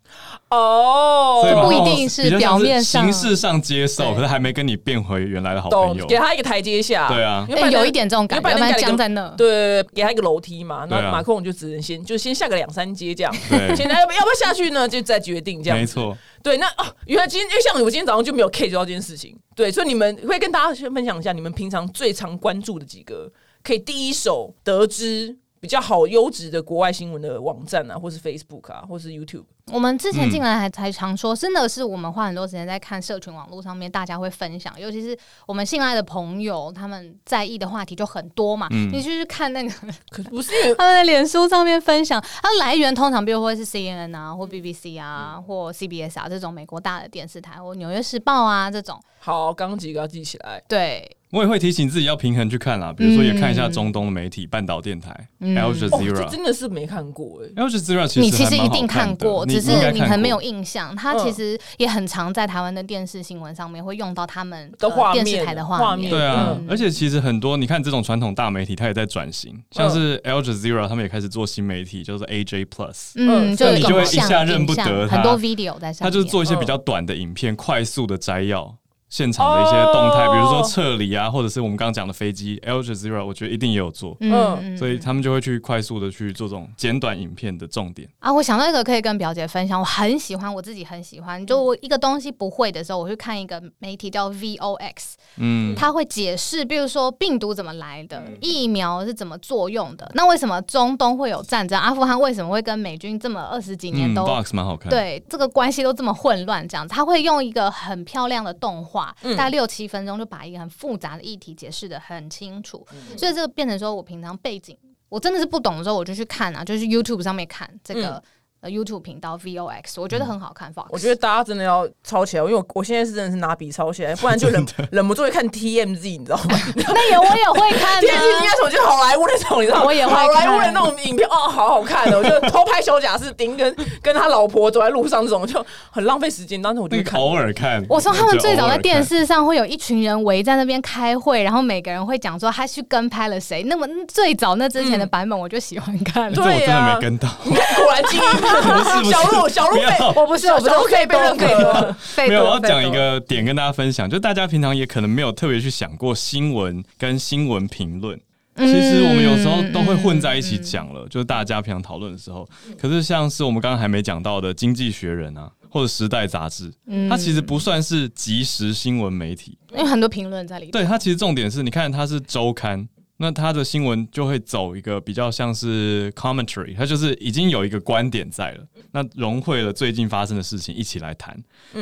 Speaker 2: 哦，
Speaker 3: 所以
Speaker 1: 不
Speaker 3: 马克
Speaker 1: 一
Speaker 3: 宏
Speaker 1: 定是
Speaker 3: 比较像
Speaker 1: 表面上
Speaker 3: 形式上接受，
Speaker 1: 对
Speaker 3: 可是还没跟你变回原来的好朋
Speaker 2: 懂
Speaker 3: 友，
Speaker 2: 给。他一个台阶下，
Speaker 3: 对啊
Speaker 2: 因为
Speaker 1: 哎
Speaker 2: 拜登
Speaker 1: 有一点这种感觉，要
Speaker 2: 因
Speaker 1: 不
Speaker 2: 为拜登
Speaker 1: 然
Speaker 2: 盖了一
Speaker 1: 僵
Speaker 2: 个
Speaker 1: 在那。
Speaker 2: 对，给他一个楼梯嘛，
Speaker 3: 对
Speaker 2: 那
Speaker 3: 啊
Speaker 2: 马克龙就只能先就先下个两三阶这样，
Speaker 3: 对
Speaker 2: 现在要不要不要下去呢？就再决定这样，
Speaker 3: 没。错，
Speaker 2: 对，那哦，原来今天因为像我今天早上就没有 catch 到这件事情，对，所以你们会跟大家先分享一下你们平常最常关注的几个可以第一手得知。比较好优质的国外新闻的网站啊，或是 Facebook 啊，或是 YouTube，
Speaker 1: 我们之前进来
Speaker 3: 嗯
Speaker 1: 还才常说，真的是我们花很多时间在看社群网络上面，大家会分享，尤其是我们信赖的朋友，他们在意的话题就很多嘛。
Speaker 3: 嗯
Speaker 1: 你就是看那个
Speaker 2: 可不是
Speaker 1: 他们的脸书上面分享，它来源通常比如会是 CNN 啊，或 BBC
Speaker 3: 嗯
Speaker 1: 啊，或 CBS 啊这种美国大的电视台，或纽约时报啊这种。
Speaker 2: 好，刚刚几个要记起来。
Speaker 1: 对，
Speaker 3: 我也会提醒自己要平衡去看啦，比如说也看一下中东的媒体、半岛电台、
Speaker 1: 嗯
Speaker 3: Al
Speaker 2: 哦，这
Speaker 3: Jazeera。
Speaker 2: 真的是没看过哎、
Speaker 3: Al Jazeera 其实
Speaker 1: 你其实
Speaker 3: 还蛮
Speaker 1: 一
Speaker 3: 好
Speaker 1: 定看
Speaker 3: 看的
Speaker 1: 过，
Speaker 3: 你
Speaker 1: 只
Speaker 3: 应该
Speaker 1: 是你
Speaker 3: 看
Speaker 1: 可能没有
Speaker 3: 过
Speaker 1: 印象。它
Speaker 2: 嗯
Speaker 1: 其实也很常在台湾的电视新闻上面会用到他们
Speaker 2: 的
Speaker 1: 呃
Speaker 2: 画
Speaker 1: 电
Speaker 2: 面
Speaker 1: 视台的
Speaker 2: 画
Speaker 1: 画面。
Speaker 2: 面
Speaker 3: 对啊，
Speaker 1: 嗯
Speaker 3: 而且其实很多你看这种传统大媒体，它也在转型，像是 Al Jazeera 他们也开始做新媒体，叫做 AJ Plus，
Speaker 1: 嗯，
Speaker 2: 嗯
Speaker 1: 就有
Speaker 3: 你就
Speaker 1: 种
Speaker 3: 会一
Speaker 1: 像
Speaker 3: 下认不得
Speaker 1: 影像
Speaker 3: 它
Speaker 1: 很多 video 在上面。
Speaker 3: 它就是做一些比较短的影片，快速的摘要现场的一些动态，
Speaker 2: 哦
Speaker 3: 比如说撤离啊，或者是我们刚刚讲的飞机。Al Jazeera 我觉得一定也有做，
Speaker 1: 嗯，嗯
Speaker 3: 所以他们就会去快速的去做这种简短影片的重点。
Speaker 1: 啊，我想到一个可以跟表姐分享，我很喜欢，我自己很喜欢。就我一个东西不会的时候，我去看一个媒体叫 VOX，
Speaker 3: 嗯，
Speaker 1: 它会解释，比如说病毒怎么来的，疫苗是怎么作用的，那为什么中东会有战争，阿富汗为什么会跟美军这么二十几年
Speaker 3: 嗯
Speaker 1: 都、
Speaker 3: Box 蛮好看，，
Speaker 1: 对这个关系都这么混乱，这样子，他会用一个很漂亮的动画，大概六七分钟就把一个很复杂的议题解释的很清楚，所以这个变成说我平常背景我真的是不懂的时候，我就去看啊，就是 YouTube 上面看这个。呃 YouTube 频道 VOX，我觉得很好看。Fox，
Speaker 2: 我觉得大家真的要抄起来，因为我我现在是真的是拿笔抄起 来，不然就忍忍不住会看 TMZ，你知道 吗？
Speaker 1: 那也我也会看
Speaker 2: 电视应
Speaker 1: 啊
Speaker 2: 该。是我觉得好莱坞那种，你知道吗？
Speaker 1: 我也会
Speaker 2: 好莱坞的
Speaker 1: 看
Speaker 2: 那种影片，哦，好好看哦！就偷拍小贾斯汀跟 跟他老婆走在路上，这种就很浪费时间。当时我就
Speaker 3: 那
Speaker 2: 去
Speaker 3: 个
Speaker 2: 看，
Speaker 3: 偶尔看，
Speaker 1: 我说他们最早在电
Speaker 3: 视。
Speaker 1: 视上会有一群人围在那边开会，然后每个人会讲说他去跟拍了谁。那么嗯最早那之前的版本我就喜欢看了
Speaker 3: 这
Speaker 2: 对。
Speaker 3: 我真的
Speaker 2: 啊
Speaker 3: 没跟到，
Speaker 2: 你看果然精英，
Speaker 3: 不是
Speaker 2: 小鹿小鹿
Speaker 3: 不要
Speaker 2: 被我
Speaker 1: 不是我不是
Speaker 2: 小鹿可以被认可了。
Speaker 1: 费
Speaker 3: 没有，
Speaker 1: 多
Speaker 3: 我要
Speaker 1: 费
Speaker 3: 讲一
Speaker 1: 多
Speaker 3: 个点跟大家分享，就大家平常也可能没有特别去想过新闻跟新闻评论。
Speaker 1: 嗯
Speaker 3: 其实我们有时候都会混在一起讲了，就是大家平常讨论的时候。可是像是我们刚刚还没讲到的《经济学人》啊，或者《时代》杂志，
Speaker 1: 嗯
Speaker 3: 它其实不算是即时新闻媒体，
Speaker 1: 因为很多评论在里面。
Speaker 3: 对它其实重点是，你看它是周刊，那它的新闻就会走一个比较像是 commentary，它就是已经有一个观点在了，那融汇了最近发生的事情一起来谈。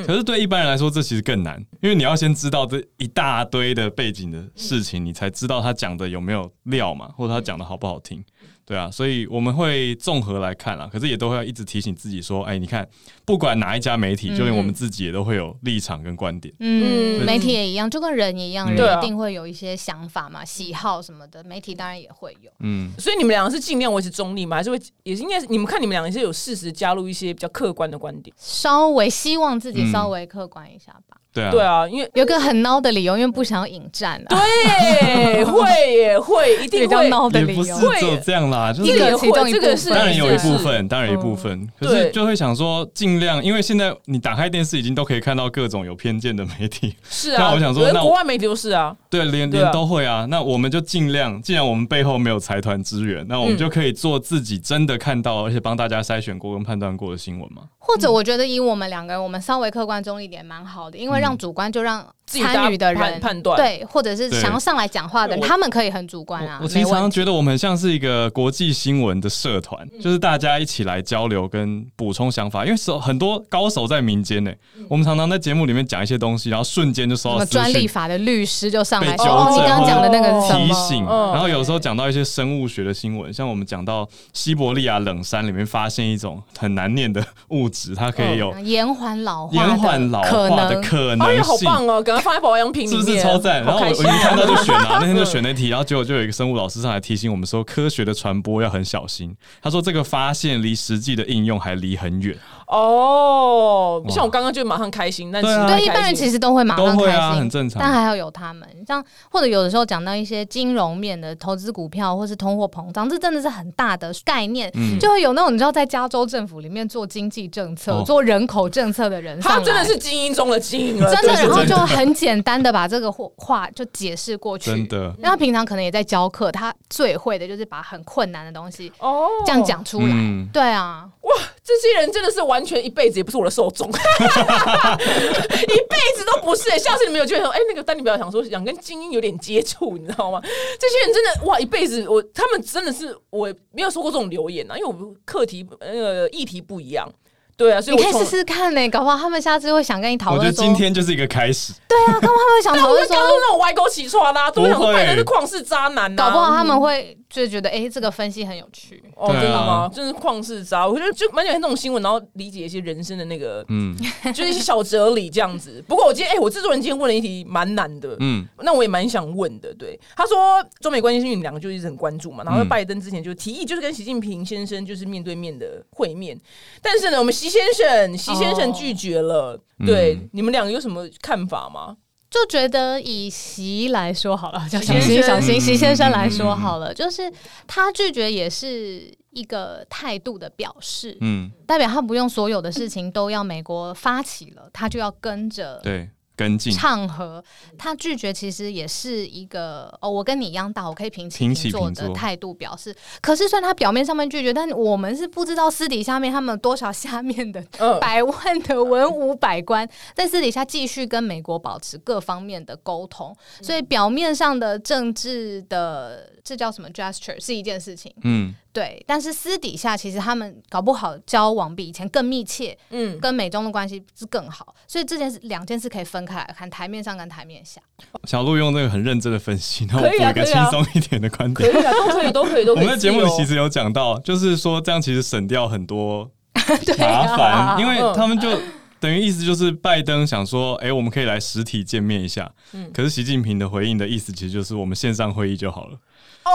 Speaker 3: 可是对一般人来说，这其实更难，因为你要先知道这一大堆的背景的事情，你才知道他讲的有没有料嘛，或者他讲的好不好听。对啊，所以我们会综合来看啦，可是也都会一直提醒自己说，哎，你看，不管哪一家媒体，就连我们自己也都会有立场跟观点。
Speaker 1: 嗯，
Speaker 2: 嗯
Speaker 1: 媒体也一样，就跟人一样，
Speaker 3: 嗯
Speaker 2: 对
Speaker 1: 人
Speaker 2: 啊
Speaker 1: 一定会有一些想法嘛、喜好什么的，媒体当然也会有。
Speaker 3: 嗯，
Speaker 2: 所以你们两个是尽量维持中立吗？还是会也是应该是你们看你们两个是有适时加入一些比较客观的观点？
Speaker 1: 稍微希望自己
Speaker 3: 嗯
Speaker 1: 稍微客观一下吧，
Speaker 3: 对啊，
Speaker 2: 对啊，因为
Speaker 1: 有个很孬的理由，因为不想要引战啊，
Speaker 2: 对会也会一
Speaker 1: 比
Speaker 2: 定
Speaker 1: 较
Speaker 2: 会。
Speaker 1: 孬的
Speaker 3: 也
Speaker 1: 理
Speaker 3: 不是
Speaker 1: 由。
Speaker 3: 只有这样啦，就
Speaker 1: 一
Speaker 3: 是
Speaker 1: 个
Speaker 2: 也
Speaker 1: 其中
Speaker 2: 会，
Speaker 1: 一
Speaker 2: 这
Speaker 1: 部分
Speaker 2: 个是嗯
Speaker 3: 当然有一部
Speaker 2: 是
Speaker 3: 分，当然有一部分，可
Speaker 2: 对
Speaker 3: 是就会想说尽量，因为现在你打开电视已经都可以看到各种有偏见的媒体，
Speaker 2: 是
Speaker 3: 那
Speaker 2: 啊，
Speaker 3: 我想说
Speaker 2: 连
Speaker 3: 那我
Speaker 2: 国外媒体都是啊，
Speaker 3: 对，连
Speaker 2: 对啊
Speaker 3: 连都会啊。那我们就尽量，既然我们背后没有财团支援，那我们
Speaker 2: 嗯
Speaker 3: 就可以做自己真的看到，而且帮大家筛选过跟判断过的新闻嘛。
Speaker 1: 或者我觉得以我们两个人，我们稍微客观中立点蛮好的，因为让主观就让
Speaker 2: 自己大
Speaker 1: 参
Speaker 2: 家
Speaker 1: 与的
Speaker 2: 嗯判
Speaker 1: 人
Speaker 2: 判断
Speaker 1: 对，或者是
Speaker 3: 对
Speaker 1: 想要上来讲话的人，
Speaker 2: 我
Speaker 1: 他们可以很主观啊
Speaker 3: 我我，其
Speaker 1: 没
Speaker 3: 实常
Speaker 1: 问
Speaker 3: 常
Speaker 1: 题。
Speaker 3: 觉得我们很像是一个国际新闻的社团，
Speaker 1: 嗯
Speaker 3: 就是大家一起来交流跟补充想法，因为手很多高手在民间呢、我们常常在节目里面讲一些东西，然后瞬间就收
Speaker 1: 嗯什
Speaker 3: 到
Speaker 1: 么
Speaker 3: 私
Speaker 1: 专利
Speaker 3: 讯
Speaker 1: 法的律师就上来
Speaker 3: 被
Speaker 1: 说，
Speaker 3: 纠
Speaker 1: 哦你
Speaker 3: 正
Speaker 1: 刚刚讲的那个是什么？
Speaker 3: 提醒，
Speaker 2: 嗯
Speaker 3: 然后有时候讲到一些生物学的新闻，像我们讲到西伯利亚冷山里面发现一种很难念的物质，它可以有
Speaker 1: 嗯延缓老化的
Speaker 3: 延缓老
Speaker 1: 可
Speaker 3: 化的
Speaker 1: 能。
Speaker 3: 可
Speaker 2: 哎呀，
Speaker 3: 能
Speaker 2: 好
Speaker 3: 性。
Speaker 2: 棒哦，赶快放在保养品里
Speaker 3: 是不
Speaker 2: 面，
Speaker 3: 是超赞？然
Speaker 2: 好
Speaker 3: 后我
Speaker 2: 开
Speaker 3: 我一
Speaker 2: 心。
Speaker 3: 看到就选啊，那天就选那题，然后结果就有一个生物老师上来提醒我们说，科学的传播要很小心。他说这个发现离实际的应用还离很远，
Speaker 2: 哦，
Speaker 3: 哇
Speaker 2: 像我刚刚就马上开心，但是
Speaker 3: 对啊
Speaker 1: 对一般人其实都会马上
Speaker 3: 都会
Speaker 1: 开
Speaker 3: 啊，
Speaker 1: 心
Speaker 3: 很，正常。
Speaker 1: 但还好有他们，像或者有的时候讲到一些金融面的投资股票或是通货膨胀，这真的是很大的概念，
Speaker 3: 嗯
Speaker 1: 就会有那种你知道在加州政府里面做经济政策、
Speaker 3: 哦
Speaker 1: 做人口政策的人上
Speaker 2: 他
Speaker 1: 来
Speaker 2: 真的是精英中的精英了，
Speaker 1: 真的，
Speaker 2: 对
Speaker 1: 然后就很简单的把这个话就解释过去。
Speaker 3: 真的，
Speaker 1: 那他平常可能也在教课，他最会的就是把很困难的东西
Speaker 2: 哦，
Speaker 1: 这样，讲出来。
Speaker 3: 嗯
Speaker 1: 对啊，
Speaker 2: 这些人真的是完全一辈子也不是我的受 众，一辈子都不是、下次你们有机会说，哎、那个丹尼表想说想跟精英有点接触，你知道吗？这些人真的哇，一辈子我他们真的是我没有说过这种留言啊，因为我们课题呃议题不一样，对啊，所以
Speaker 1: 你
Speaker 2: 我
Speaker 1: 可以
Speaker 2: 从
Speaker 1: 试试看呢、搞不好他们下次会想跟你讨
Speaker 3: 我觉
Speaker 1: 论
Speaker 3: 得
Speaker 1: 说，
Speaker 3: 今天就是一个开始，
Speaker 1: 对啊，搞不好他们会想讨
Speaker 2: 我
Speaker 1: 论
Speaker 2: 就
Speaker 1: 说
Speaker 2: 刚刚，那种歪勾起床啦、啊，都想
Speaker 3: 不
Speaker 2: 说
Speaker 3: 会
Speaker 2: 拜登是旷世渣男啊嗯呐、
Speaker 1: 搞不好他们会就觉得，哎、这个分析很有趣。
Speaker 2: 哦，
Speaker 3: 对啊
Speaker 2: 真的吗？真是旷世渣，我觉得就蛮喜欢这种新闻，然后理解一些人生的那个，
Speaker 3: 嗯
Speaker 2: 就是一些小哲理这样子。不过我今天，哎、我制作人今天问了一题蛮难的，
Speaker 3: 嗯，
Speaker 2: 那我也蛮想问的。对，他说中美关系是因为你们两个就一直很关注嘛，然后
Speaker 3: 嗯
Speaker 2: 拜登之前就提议，就是跟习近平先生就是面对面的会面，但是呢，我们习先生，习先生
Speaker 1: 哦
Speaker 2: 拒绝了。对，
Speaker 3: 嗯
Speaker 2: 你们两个有什么看法吗？
Speaker 1: 就觉得以习来说好了，叫小
Speaker 2: 习先
Speaker 1: 习
Speaker 2: 生
Speaker 1: 小习
Speaker 3: 嗯
Speaker 1: 习先生来说好了，就是他拒绝也是一个态度的表示，
Speaker 3: 嗯，
Speaker 1: 代表他不用所有的事情都要美国发起了，他就要跟着
Speaker 3: 对，跟进，
Speaker 1: 唱和。他拒绝其实也是一个哦，我跟你一样大，我可以平起
Speaker 3: 平起
Speaker 1: 平坐
Speaker 3: 平
Speaker 1: 的
Speaker 3: 坐
Speaker 1: 态度表示。可是虽然他表面上面拒绝，但我们是不知道私底下面他们有多少下面的
Speaker 2: 嗯，
Speaker 1: 百万的文武百官 在私底下继续跟美国保持各方面的沟通，
Speaker 2: 嗯
Speaker 1: 所以表面上的政治的这叫什么 gesture 是一件事情，
Speaker 3: 嗯，
Speaker 1: 对，但是私底下其实他们搞不好交往比以前更密切，
Speaker 2: 嗯，
Speaker 1: 跟美中的关系是更好，所以这件事两件事可以分开来看，台面上跟台面下。
Speaker 3: 小鹿用这个很认真的 分析，然后我
Speaker 2: 可以
Speaker 3: 补
Speaker 2: 啊
Speaker 3: 一个
Speaker 2: 可以
Speaker 3: 轻
Speaker 2: 啊
Speaker 3: 松一点的观
Speaker 2: 可啊
Speaker 3: 点。
Speaker 2: 以啊，都可以，都可以，都
Speaker 3: 我
Speaker 2: 可以。
Speaker 3: 们的节目
Speaker 2: 自由
Speaker 3: 里 其实有讲到，就是说这样其实省掉很多
Speaker 1: 对
Speaker 3: 麻
Speaker 1: 啊
Speaker 3: 烦，因为
Speaker 2: 嗯
Speaker 3: 他们就 等于意思就是拜登想说，哎、我们可以来实体见面一下。
Speaker 2: 嗯
Speaker 3: 可是习近平的回应的意思其实就是我们线上会议就好了。
Speaker 2: 哦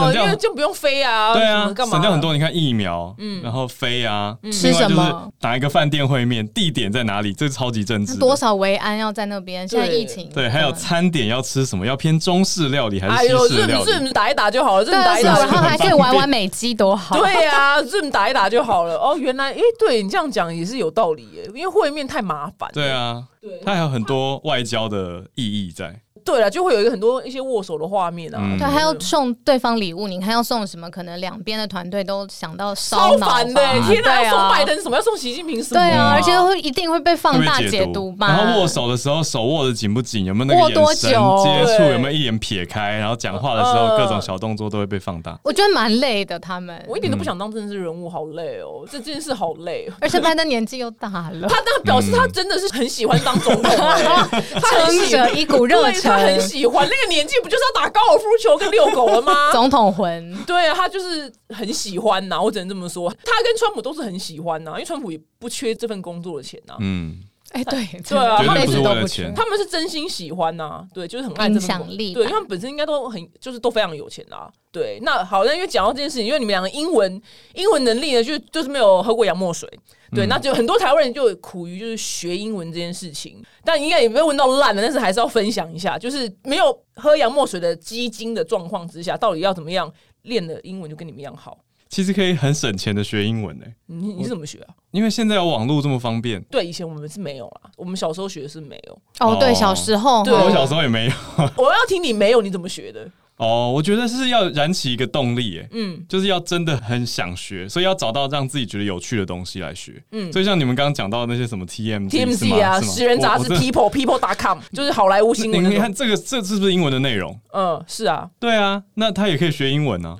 Speaker 3: 省，
Speaker 2: 因
Speaker 3: 掉
Speaker 2: 为就不用飞啊，
Speaker 3: 对
Speaker 2: 什
Speaker 3: 啊
Speaker 2: 么，干嘛嗯
Speaker 3: 省掉很多。你看疫苗，然后飞啊，另
Speaker 1: 吃
Speaker 3: 外
Speaker 1: 什
Speaker 3: 就是
Speaker 1: 么
Speaker 3: 哪一个饭店会面，地点在哪里，这超级政治的。
Speaker 1: 多少维安要在那边？现在
Speaker 2: 对
Speaker 1: 疫情，
Speaker 3: 对，还有
Speaker 1: 嗯
Speaker 3: 餐点要吃什么，要偏中式料理还
Speaker 2: 哎
Speaker 3: 是
Speaker 2: 呦
Speaker 3: 西式
Speaker 2: ，Zoom
Speaker 3: 料理？
Speaker 2: Zoom 打一打就好了
Speaker 1: 对
Speaker 2: ，Zoom
Speaker 1: 啊，
Speaker 2: 打一
Speaker 1: 是不
Speaker 2: 打就
Speaker 1: 是然后
Speaker 2: 好了。
Speaker 1: 还可以玩玩美肌，多好！
Speaker 2: 对啊，Zoom 打一打就好了。哦，原来，诶，对你这样讲也是有道理耶，因为会面太麻烦。
Speaker 3: 对啊，
Speaker 2: 对
Speaker 3: 它还有很多外交的意义在。
Speaker 2: 对了，就会有一个很多一些握手的画面啊。
Speaker 3: 嗯
Speaker 1: 对，还要送对方礼物，你看要送什么？可能两边的团队都想到
Speaker 2: 超
Speaker 1: 烧脑
Speaker 2: 烦的
Speaker 1: 吧，
Speaker 2: 天哪！
Speaker 1: 对
Speaker 2: 要送
Speaker 1: 啊
Speaker 2: 拜登什么？要送习近平什么？
Speaker 1: 对啊，而且
Speaker 2: 会
Speaker 1: 会一定会被
Speaker 3: 会
Speaker 1: 放
Speaker 3: 不
Speaker 1: 嗯大
Speaker 3: 会
Speaker 1: 解读
Speaker 3: 读
Speaker 1: 吧。
Speaker 3: 然后握手的时候，手握的紧不紧？有没有那个
Speaker 1: 握多
Speaker 3: 眼神
Speaker 1: 久
Speaker 3: 接触？
Speaker 2: 对
Speaker 3: 有没有一眼撇开？然后讲话的时候，
Speaker 2: 呃
Speaker 3: 各种小动作都会被放大。
Speaker 1: 我觉得蛮累的，他们，
Speaker 2: 我一点都不想当政治人物，好累
Speaker 3: 嗯
Speaker 2: 哦，这件事好累。哦
Speaker 1: 而且拜登年纪又大 了，
Speaker 2: 他那表示他真的是很喜欢当总统哎，他很
Speaker 1: 嗯撑
Speaker 2: 喜
Speaker 1: 着一股热
Speaker 2: 对，
Speaker 1: 忱
Speaker 2: 他，很喜啊欢。那个年纪不就是要打高尔夫球跟遛狗了吗？
Speaker 1: 总统魂。
Speaker 2: 对啊，他就是很喜欢呐、我只能这么说。他跟川普都是很喜欢呐、因为川普也不缺这份工作的钱呐、
Speaker 3: 嗯，
Speaker 1: 哎， 对，
Speaker 2: 对啊
Speaker 1: 真的
Speaker 2: 绝对
Speaker 1: 一辈
Speaker 2: 不
Speaker 1: 子
Speaker 2: 是
Speaker 1: 都
Speaker 3: 为了
Speaker 1: 不
Speaker 3: 钱
Speaker 1: 缺
Speaker 2: 他们是真心喜欢呐、对，就是很爱这份工
Speaker 1: 影响力吧
Speaker 2: 对，因为他们本身应该都很就是都非常有钱啦、对，那好，那因为讲到这件事情，因为你们两个英文英文能力呢，就就是没有喝过洋墨水，对，那就很多台湾人就苦于就是学英文这件事情，但应该也没有问到烂的，但是还是要分享一下，就是没有喝洋墨水的基金的状况之下，到底要怎么样练的英文就跟你们一样好？
Speaker 3: 其实可以很省钱的学英文诶、欸
Speaker 2: 你你是怎么学啊？
Speaker 3: 因为现在有网络这么方便。
Speaker 2: 对，以前我们是没有啦，我们小时候学的是没有。
Speaker 1: 哦，对，
Speaker 3: 哦
Speaker 1: 小时候
Speaker 2: 对
Speaker 1: 哈
Speaker 3: 我小时候也没有
Speaker 2: 我要听你没有，你怎么学的？
Speaker 3: 哦，我觉得是要燃起一个动力诶、欸
Speaker 2: 嗯，
Speaker 3: 就是要真的很想学，所以要找到让自己觉得有趣的东西来学。
Speaker 2: 嗯
Speaker 3: 嗯，所以像你们刚刚讲到的那些什么 TMZ
Speaker 2: TMZ
Speaker 3: 是吗
Speaker 2: 啊，
Speaker 3: 是吗
Speaker 2: 十人杂
Speaker 3: 我
Speaker 2: 志
Speaker 3: 我真的
Speaker 2: People People dot com 就是好莱坞新
Speaker 3: 你
Speaker 2: 闻
Speaker 3: 你
Speaker 2: 那种。
Speaker 3: 看这个这是不是英文的内容？
Speaker 2: 嗯，是啊，
Speaker 3: 对啊，那他也可以学英文啊。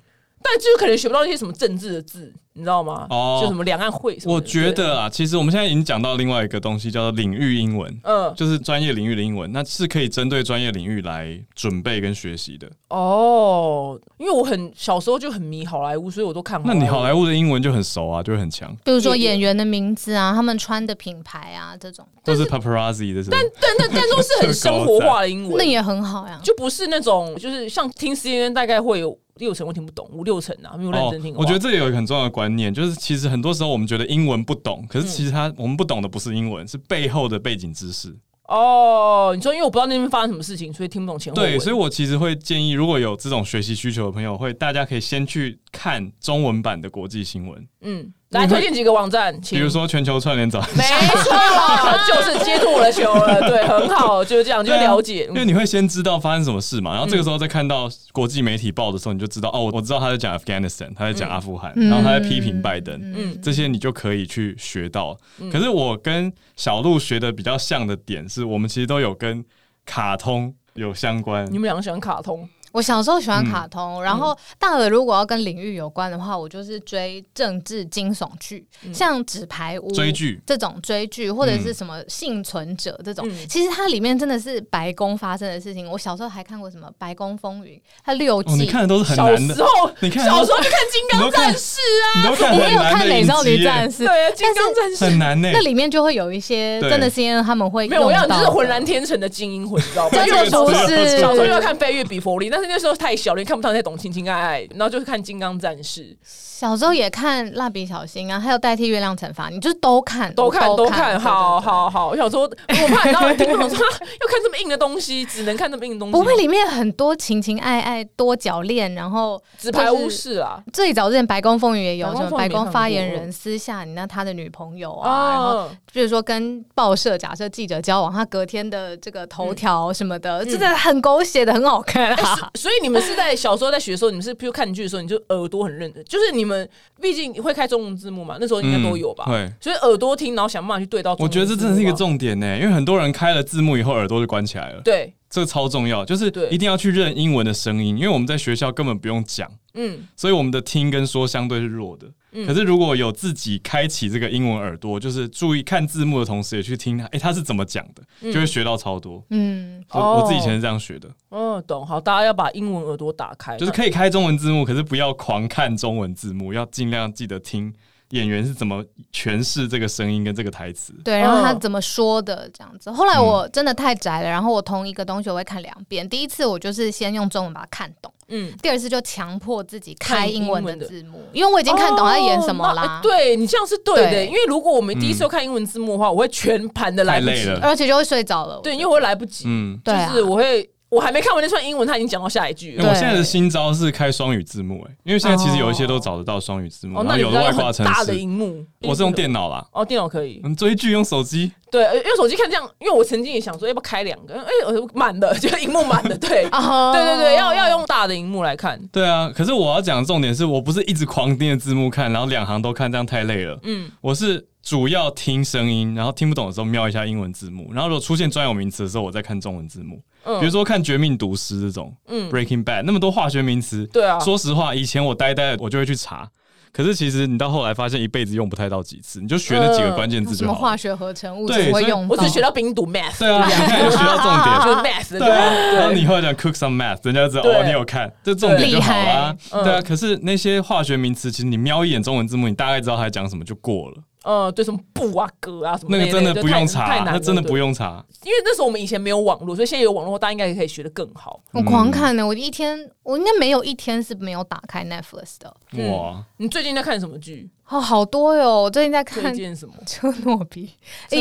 Speaker 2: 但就是可能学不到一些什么政治的字，你知道吗？
Speaker 3: 哦
Speaker 2: 就什么两岸会什么的。
Speaker 3: 我觉
Speaker 2: 对，
Speaker 3: 得啊，其实我们现在已经讲到另外一个东西，叫做领域英文，
Speaker 2: 嗯，
Speaker 3: 就是专业领域的英文，那是可以针对专业领域来准备跟学习的。
Speaker 2: 哦，因为我很小时候就很迷好莱坞，所以我都看。
Speaker 3: 那你好莱
Speaker 2: 坞，
Speaker 3: 坞的英文就很熟啊，就会很强，
Speaker 1: 比如说演员的名字啊，他们穿的品牌啊，这种，
Speaker 3: 或是 paparazzi 的什么。
Speaker 2: 但但但都是很生活化的英文
Speaker 1: 那，也很好呀。
Speaker 2: 就不是那种就是像听 CNN 大概会有六成我听不懂，五六成啊，没有认真听的话。
Speaker 3: 哦我觉得这里有一个很重要的观念，就是其实很多时候我们觉得英文不懂，可是其实它我们不懂的不是英文，是背后的背景知识。
Speaker 2: 哦，你说因为我不知道那边发生什么事情，所以听不懂前后文。
Speaker 3: 对，所以我其实会建议，如果有这种学习需求的朋友，会大家可以先去看中文版的国际新闻，
Speaker 2: 嗯，来推荐几个网站，请
Speaker 3: 比如说全球串联早安
Speaker 2: 没错， 就是接住我的球了，对，很好，就是这样，就
Speaker 3: 对啊
Speaker 2: 了解嗯
Speaker 3: 因。为你会先知道发生什么事嘛，然后这个时候再看到国际媒体报的时候，你就知道哦，我知道他在讲 Afghanistan，他在讲阿富汗，
Speaker 1: 嗯
Speaker 3: 然后他在批评拜登，
Speaker 2: 嗯
Speaker 3: 这些你就可以去学到。可是我跟小鹿学的比较像的点是，我们其实都有跟卡通有相关
Speaker 2: 你。们两个喜欢卡通，
Speaker 1: 我小时候喜欢
Speaker 3: 嗯
Speaker 1: 卡通，然后大了如果要跟领域有关的话，我就是追政治惊悚剧，
Speaker 2: 嗯
Speaker 1: 像《纸牌屋》
Speaker 3: 追剧嗯
Speaker 1: 这种追剧，或者是什么《幸存者》这种。
Speaker 2: 嗯
Speaker 1: 其实它里面真的是白宫发生的事情。我小时候还看过什么《白宫风云》，它六季。
Speaker 3: 哦，你 看的都是很
Speaker 2: 小
Speaker 3: 难的
Speaker 2: 时，候，啊
Speaker 3: 你看
Speaker 2: 小时候就看《金
Speaker 3: 你
Speaker 2: 刚
Speaker 3: 都看
Speaker 2: 战士》啊，
Speaker 3: 你都看
Speaker 1: 我
Speaker 3: 很
Speaker 1: 也有看《
Speaker 3: 难的
Speaker 1: 美
Speaker 3: 影
Speaker 1: 少女
Speaker 3: 集耶
Speaker 1: 战，士
Speaker 2: 对》，啊，《金刚战士》
Speaker 3: 很难呢。
Speaker 1: 那里面就会有一些
Speaker 3: 对
Speaker 1: 真的是因为他们会
Speaker 2: 没有，我要
Speaker 1: 用
Speaker 2: 你就是
Speaker 1: 到
Speaker 2: 浑
Speaker 1: 的
Speaker 2: 然天成的精英魂，你知道吗？
Speaker 1: 真的不 是嗯
Speaker 2: 小时候就要看《飞跃比佛利》，但是那时候太小了，你看不到，你太懂亲亲爱爱，然后就是看《金刚战士》，
Speaker 1: 小时候也看《蜡笔小新》啊，还有《代替月亮惩罚》，你就是都看，
Speaker 2: 都看都看，
Speaker 1: 看，
Speaker 2: 好
Speaker 1: 对。对对
Speaker 2: 好好。我想说，我怕你到听不懂，说 要看这么硬的东西，只能看这么硬的东西。
Speaker 1: 不会，里面很多情情爱爱、多角恋，然后
Speaker 2: 纸牌
Speaker 1: 就
Speaker 2: 屋
Speaker 1: 是
Speaker 2: 是啊，
Speaker 1: 最早之前白宫风云也有
Speaker 2: 白宫
Speaker 1: 什么
Speaker 2: 风云
Speaker 1: 白
Speaker 2: 没看
Speaker 1: 宫发言
Speaker 2: 过
Speaker 1: 人私下你那他的女朋友啊，然后
Speaker 2: 啊，
Speaker 1: 比如说跟报社假设记者交往，他隔天的这个头条什么
Speaker 2: 嗯
Speaker 1: 的，真的很狗血的，很好看 啊。
Speaker 2: 所以你们是在小时候在学的时候，你们是譬如看剧的时候，你就耳朵很认真，就是你们毕竟会开中文字幕嘛，那时候应该都有吧？
Speaker 3: 嗯对
Speaker 2: 所以耳朵听，然后想办法去对到中
Speaker 3: 我
Speaker 2: 文字
Speaker 3: 觉
Speaker 2: 幕
Speaker 3: 得
Speaker 2: 啊。
Speaker 3: 这真的是一个重点呢，因为很多人开了字幕以后耳朵就关起来了，
Speaker 2: 对，
Speaker 3: 这个超重要，就是
Speaker 2: 对
Speaker 3: 一定要去认英文的声音，因为我们在学校根本不用讲。
Speaker 2: 嗯，
Speaker 3: 所以我们的听跟说相对是弱的。可是如果有自己开启这个英文耳朵，就是注意看字幕的同时也去听，哎、他是怎么讲的，就会学到超多。
Speaker 1: 嗯，
Speaker 2: 嗯
Speaker 3: 我、
Speaker 2: 哦
Speaker 3: 我自己以前是这样学的，
Speaker 2: 哦，懂。好，大家要把英文耳朵打开，
Speaker 3: 就是可以开中文字幕，可是不要狂看中文字幕，要尽量记得听演员是怎么诠释这个声音跟这个台词。
Speaker 1: 对，然后他
Speaker 2: 嗯
Speaker 1: 怎么说的这样子。
Speaker 2: 哦
Speaker 1: 后来我真的太宅了，然后我同一个东西我会看两遍。第一次我就是先用中文把它看懂，
Speaker 2: 嗯，
Speaker 1: 第二次就强迫自己开
Speaker 2: 看
Speaker 1: 英文
Speaker 2: 英文
Speaker 1: 的
Speaker 2: 的
Speaker 1: 字幕，因为我已
Speaker 2: 已
Speaker 1: 经看懂他在演什么啦。
Speaker 2: 哦哎对你这样是对的，
Speaker 1: 对
Speaker 2: 因为如果我们第一次就看英文字幕的话，我会全盘的来不
Speaker 3: 嗯太累
Speaker 2: 及
Speaker 3: 了，
Speaker 1: 而且就会睡着了。
Speaker 2: 对，因为我会来不及，
Speaker 3: 嗯，
Speaker 1: 对啊
Speaker 2: 就是我会我还没看完那串英文，他已经讲到下一句
Speaker 3: 因
Speaker 2: 了
Speaker 3: 为。我
Speaker 1: 对
Speaker 3: 现在的新招是开双语字幕、欸，因为现在其实有一些都找得到双语字幕，
Speaker 2: 哦，
Speaker 3: 然
Speaker 2: 那
Speaker 3: 后
Speaker 2: 你
Speaker 3: 有
Speaker 2: 知
Speaker 3: 的
Speaker 2: 道
Speaker 3: 外
Speaker 2: 很
Speaker 3: 挂程
Speaker 2: 大的
Speaker 3: 式。
Speaker 2: 荧幕，
Speaker 3: 我是用电脑啦，
Speaker 2: 哦，电脑可以，
Speaker 3: 嗯，追剧用手机，
Speaker 2: 对，呃因为手机看这样，因为我曾经也想说，要不要开两个？哎、我满的，就是荧幕满的，对，
Speaker 1: 哦，嗯
Speaker 2: 对对对，要要用大的荧幕来看，
Speaker 3: 对啊。可是我要讲的重点是我不是一直狂盯着字幕看，然后两行都看，这样太累了。
Speaker 2: 嗯，
Speaker 3: 我是主要听声音，然后听不懂的时候瞄一下英文字幕，然后如果出现专有名词的时候，我再看中文字幕。
Speaker 2: 嗯
Speaker 3: 比如说看《绝命毒师》这种，
Speaker 2: 嗯
Speaker 3: 嗯，《Breaking Bad》那么多化学名词，
Speaker 2: 对啊
Speaker 3: 说实话，以前我呆呆的，我就会去查。可是其实你到后来发现，一辈子用不太到几次，你就学那几个
Speaker 2: 呃
Speaker 3: 关键字
Speaker 1: 什
Speaker 3: 就
Speaker 1: 么
Speaker 3: 好
Speaker 1: 化
Speaker 3: 了。
Speaker 1: 学合成物
Speaker 3: 对
Speaker 1: 只会
Speaker 3: 所以
Speaker 1: 用到，
Speaker 2: 我只学到冰毒 math，
Speaker 3: 对啊，你看有学到 重
Speaker 2: 就
Speaker 3: 点。
Speaker 2: 是 math 的，
Speaker 3: 对啊，然后你以后讲 cook some math，人家就知道
Speaker 2: 对
Speaker 3: 哦，你有看，这重点就好啦。
Speaker 2: 害
Speaker 3: 对啊，
Speaker 2: 嗯
Speaker 3: 可是那些化学名词，其实你瞄一眼中文字幕，你大概知道它在讲什么就过了。
Speaker 2: 呃，对什么布啊、格啊什么
Speaker 3: 那
Speaker 2: 类的，
Speaker 3: 个真的
Speaker 2: 就
Speaker 3: 不
Speaker 2: 太
Speaker 3: 用
Speaker 2: 太
Speaker 3: 查，
Speaker 2: 难
Speaker 3: 那
Speaker 2: 了，
Speaker 3: 真的
Speaker 2: 对
Speaker 3: 不，用查。
Speaker 2: 因为那时候我们以前没有网络，所以现在有网络，大家应该也可以学得更好。
Speaker 1: 我狂看呢，我一天我应该没有一天是没有打开 Netflix 的。
Speaker 2: 嗯
Speaker 3: 哇，
Speaker 2: 你最近在看什么剧？
Speaker 1: 哦，好多哟！我最近在
Speaker 2: 推
Speaker 1: 看《
Speaker 2: 荐什么？
Speaker 1: 车诺比》，
Speaker 2: 车诺比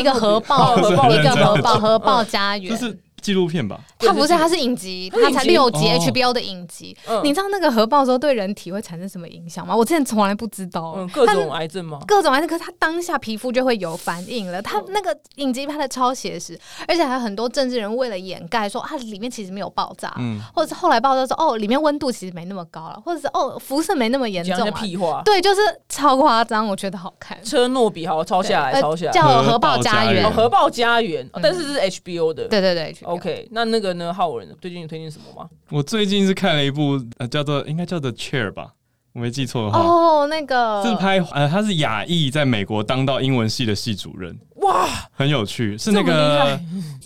Speaker 1: 一个核爆，
Speaker 2: 哦核爆
Speaker 1: 一个
Speaker 3: 认真
Speaker 1: 核 爆，核爆家园
Speaker 3: 这。是纪录片吧？
Speaker 1: 它不是，
Speaker 2: 对
Speaker 1: 它是影集，
Speaker 2: 它是
Speaker 1: 它
Speaker 2: 影集
Speaker 1: 才六集
Speaker 3: 哦
Speaker 1: HBO 的影集。
Speaker 2: 嗯
Speaker 1: 你知道那个核爆之后对人体会产生什么影响吗？我之前从来不知道。
Speaker 2: 嗯，各
Speaker 1: 它
Speaker 2: 种癌症吗？
Speaker 1: 各种反正可是他当下皮肤就会有反应了。
Speaker 2: 嗯
Speaker 1: 他那个影集拍的超写实，而且还有很多政治人物为了掩盖说啊，里面其实没有爆炸，
Speaker 3: 嗯，
Speaker 1: 或者是后来爆炸说哦，里面温度其实没那么高了，或者是哦，辐射没那么严
Speaker 2: 讲
Speaker 1: 重、
Speaker 2: 些
Speaker 1: 啊。
Speaker 2: 屁话。
Speaker 1: 对，就是超夸张，我觉得好看。
Speaker 2: 车诺比好抄下来，
Speaker 1: 呃
Speaker 2: 抄下来。
Speaker 1: 叫《
Speaker 3: 核
Speaker 1: 核
Speaker 3: 爆
Speaker 1: 爆
Speaker 3: 家
Speaker 1: 家
Speaker 3: 园
Speaker 1: 园
Speaker 2: 哦，》核爆家园，哦
Speaker 1: 嗯
Speaker 2: 但是是 HBO 的。
Speaker 1: 对对对
Speaker 2: OK，那那个呢？浩人最近有推荐什么吗？
Speaker 3: 我最近是看了一部呃，叫做应该叫做《Chair》吧，我没记错的话。
Speaker 1: 哦，那个
Speaker 3: 自拍呃，他是亚裔在美国当到英文系的系主任，
Speaker 2: 哇，
Speaker 3: 很有趣，是
Speaker 2: 这
Speaker 3: 那
Speaker 2: 么厉
Speaker 3: 个
Speaker 2: 害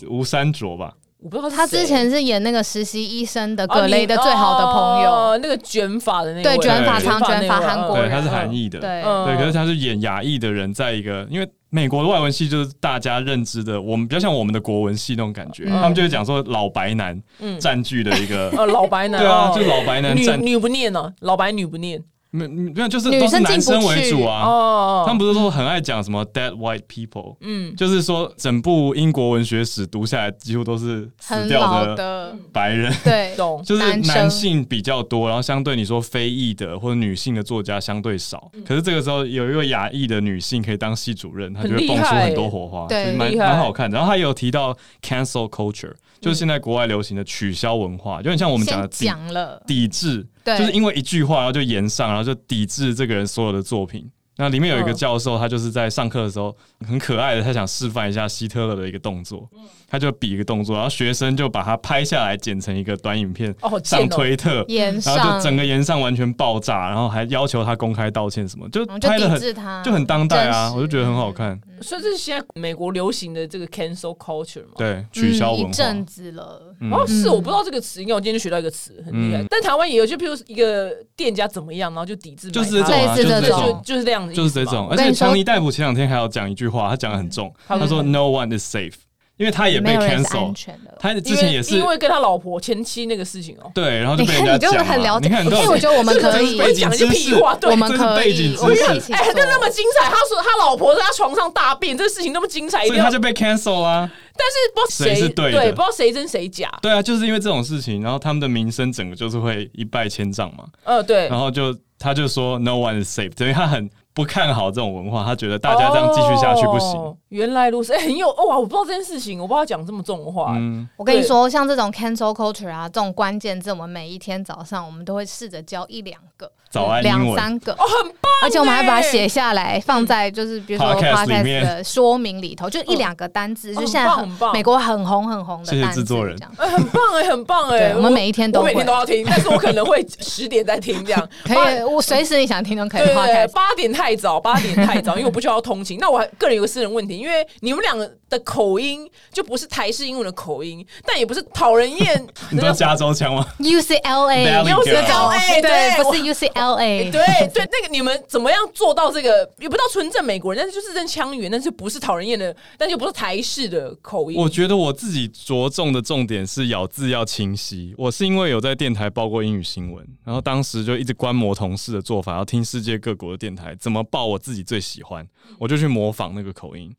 Speaker 3: 吴山卓吧？
Speaker 2: 我不知道
Speaker 1: 他
Speaker 2: 谁
Speaker 1: 之前是演那个实习医生的
Speaker 2: 哦
Speaker 1: 葛雷的最好的朋
Speaker 2: 你
Speaker 1: 友，
Speaker 2: 哦那个卷发的那个
Speaker 1: 对
Speaker 2: 位，
Speaker 1: 卷
Speaker 3: 发
Speaker 1: 长卷发
Speaker 2: 那位
Speaker 1: 韩国
Speaker 3: 对，
Speaker 1: 人
Speaker 3: 他是韩裔的，
Speaker 1: 对，
Speaker 2: 嗯
Speaker 3: 对，可是他是演亚裔的人，在一个因为美国的外文系就是大家认知的，我们比较像我们的国文系那种感觉，
Speaker 1: 嗯
Speaker 3: 他们就会讲说老白男
Speaker 2: 嗯
Speaker 3: 占据的一个，
Speaker 2: 呃老白男，
Speaker 3: 对啊，
Speaker 2: 哦
Speaker 3: 就老白男
Speaker 2: 女
Speaker 3: 占，
Speaker 2: 女不念呢，老白女不念
Speaker 3: 没没有，就是
Speaker 1: 女
Speaker 3: 都是
Speaker 1: 生进
Speaker 3: 男
Speaker 1: 不
Speaker 3: 生为
Speaker 1: 去
Speaker 3: 主啊，
Speaker 2: 哦
Speaker 3: 他们不是说很爱讲什么 dead white people，
Speaker 2: 嗯，
Speaker 3: 就是说整部英国文学史读下来，几乎都是死
Speaker 1: 很
Speaker 3: 掉
Speaker 1: 老
Speaker 3: 的嗯
Speaker 1: 的，
Speaker 3: 白人，
Speaker 1: 对，
Speaker 2: 懂
Speaker 3: 就是
Speaker 1: 男生
Speaker 3: 男性比较多，然后相对你说非裔的或者女性的作家相对少。
Speaker 2: 嗯
Speaker 3: 可是这个时候有一个亚裔的女性可以当系主任，她就会
Speaker 2: 很厉
Speaker 3: 蹦出
Speaker 2: 害
Speaker 3: 很多火花，
Speaker 1: 对
Speaker 3: 所以蛮
Speaker 2: 厉害嗯
Speaker 3: 蛮好看的。然后她也有提到 cancel culture，就是现在国外流行的取消文化，就很像我们讲的
Speaker 1: 先
Speaker 3: 抵
Speaker 1: 讲了，
Speaker 3: 抵制，
Speaker 1: 对
Speaker 3: 就是因为一句话，然后就延上，然后就抵制这个人所有的作品。那里面有一个
Speaker 2: 嗯
Speaker 3: 教授，他就是在上课的时候很可爱的，他想示范一下希特勒的一个动作，
Speaker 1: 嗯
Speaker 3: 他就比一个动作，然后学生就把它拍下来剪成一个短影片
Speaker 2: 哦好贱哦
Speaker 3: 上推特，
Speaker 1: 演
Speaker 3: 然后
Speaker 1: 上
Speaker 3: 就，整个延上完全爆炸，然后还要求他公开道歉什么，就
Speaker 1: 然后
Speaker 3: 拍
Speaker 1: 嗯
Speaker 3: 的
Speaker 1: 抵
Speaker 3: 很
Speaker 1: 制他，
Speaker 3: 就很当代啊，
Speaker 1: 真实
Speaker 3: 我就觉得很好看，
Speaker 2: 所以这是现在美国流行的这个 cancel culture 嘛。
Speaker 3: 对，取
Speaker 1: 嗯
Speaker 3: 消文
Speaker 1: 一
Speaker 3: 化，
Speaker 1: 阵子了，
Speaker 3: 嗯
Speaker 2: 哦，是
Speaker 1: 嗯
Speaker 2: 我不知道这个词，因为我今天就学到一个词，很厉害
Speaker 3: 嗯。
Speaker 2: 但台湾也有，就譬如一个店家怎么样，然后就抵制买它，
Speaker 3: 就是这种
Speaker 1: 类
Speaker 3: 啊，
Speaker 1: 似
Speaker 3: 就是
Speaker 1: 这
Speaker 2: 对
Speaker 3: 这
Speaker 1: 种
Speaker 3: 种
Speaker 2: 就，就是这样的意思
Speaker 3: 就
Speaker 2: 吧，
Speaker 3: 是这种。而
Speaker 1: 我跟
Speaker 3: 且
Speaker 1: 你说
Speaker 3: 强尼戴普前两天还有讲一句话，他讲的很重，
Speaker 2: 嗯
Speaker 3: 他说 “No one is safe”，因为他也
Speaker 1: 没
Speaker 3: 被
Speaker 1: 有人是
Speaker 3: cancel，
Speaker 1: 安全的。
Speaker 3: 他之
Speaker 2: 因
Speaker 3: 前
Speaker 2: 为
Speaker 3: 也是
Speaker 2: 因为跟他老婆前妻那个事情哦。
Speaker 3: 对，然后就
Speaker 1: 你
Speaker 3: 被人
Speaker 1: 看，你
Speaker 3: 家
Speaker 1: 就
Speaker 3: 讲
Speaker 1: 会
Speaker 3: 嘛，
Speaker 1: 很了解，
Speaker 3: 你看你
Speaker 1: 因
Speaker 3: 到
Speaker 1: 为
Speaker 3: 底
Speaker 1: 我觉得我们
Speaker 2: 这
Speaker 1: 可
Speaker 2: 个
Speaker 1: 以
Speaker 2: 真是背，景
Speaker 1: 我
Speaker 2: 知识对
Speaker 1: 我们
Speaker 3: 这是
Speaker 1: 可
Speaker 3: 背景
Speaker 1: 以，
Speaker 3: 知
Speaker 1: 我们
Speaker 3: 识
Speaker 1: 一起
Speaker 2: 哎，
Speaker 1: 做
Speaker 2: 那那么精彩，他说他老婆在他床上大便，这个事情那么精彩，一
Speaker 3: 所
Speaker 2: 定
Speaker 3: 以
Speaker 2: 要
Speaker 3: 他就被 cancel 啦。
Speaker 2: 但是不知道
Speaker 3: 谁是对的
Speaker 2: 不知道谁真谁假。
Speaker 3: 对啊，就是因为这种事情，然后他们的名声整个就是会一败千丈嘛。
Speaker 2: 呃，对
Speaker 3: 然，后就他就说 “No one is safe”，等于他很不看好这种文化，他觉得大家这样继续下去不行。
Speaker 2: 哦原来如此，哎，很有哦哇，我不知道这件事情，我不知道讲这么重的话。
Speaker 3: 嗯，
Speaker 1: 我跟你说，像这种 cancel culture 啊，这种关键字，我们每一天早上我们都会试着教一两个、
Speaker 3: 早安英
Speaker 1: 两
Speaker 3: 文，
Speaker 1: 三个，哦，很棒。而且我们还把它写下来，放在就是比如说
Speaker 3: 嗯 Podcast 里
Speaker 1: podcast
Speaker 3: 面嗯哦
Speaker 1: 的说明里头，就一两个单字，就
Speaker 2: 很
Speaker 1: 现在
Speaker 2: 棒
Speaker 1: 很
Speaker 2: 很棒
Speaker 1: 美国很红很红的
Speaker 3: 谢谢
Speaker 1: 单字，
Speaker 3: 制作人
Speaker 1: 这样。
Speaker 2: 哎，很棒哎，很棒哎，
Speaker 1: 对，我们每一天都
Speaker 2: 我
Speaker 1: 会
Speaker 2: 每天都要听，但是我可能会十点再听这样。
Speaker 1: 可
Speaker 2: 八
Speaker 1: 以，啊我随时你想听都可以
Speaker 2: 对对对
Speaker 1: podcast。
Speaker 2: 八点太早，八点太 早，因为我不需要通勤。那我还个人有个私人问题，因为你们两个的口音就不是台式英文的口音，但也不是讨人厌
Speaker 3: 。你知道加州腔吗？
Speaker 1: UCLA，
Speaker 3: Valley
Speaker 1: 没有
Speaker 3: Girl
Speaker 1: 这种
Speaker 2: UCLA
Speaker 3: 哦
Speaker 2: 哎对
Speaker 1: 对，
Speaker 2: 我
Speaker 1: 不是 L A，
Speaker 2: 对对，那个你们怎么样做到这个？也不到纯正美国人，但是就是正腔圆，但是不是讨人厌的，但又不是台式的口音。
Speaker 3: 我觉得我自己着重的重点是咬字要清晰。我是因为有在电台报过英语新闻，然后当时就一直观摩同事的做法，要听世界各国的电台怎么报我自己最喜欢，我就去模仿那个口音。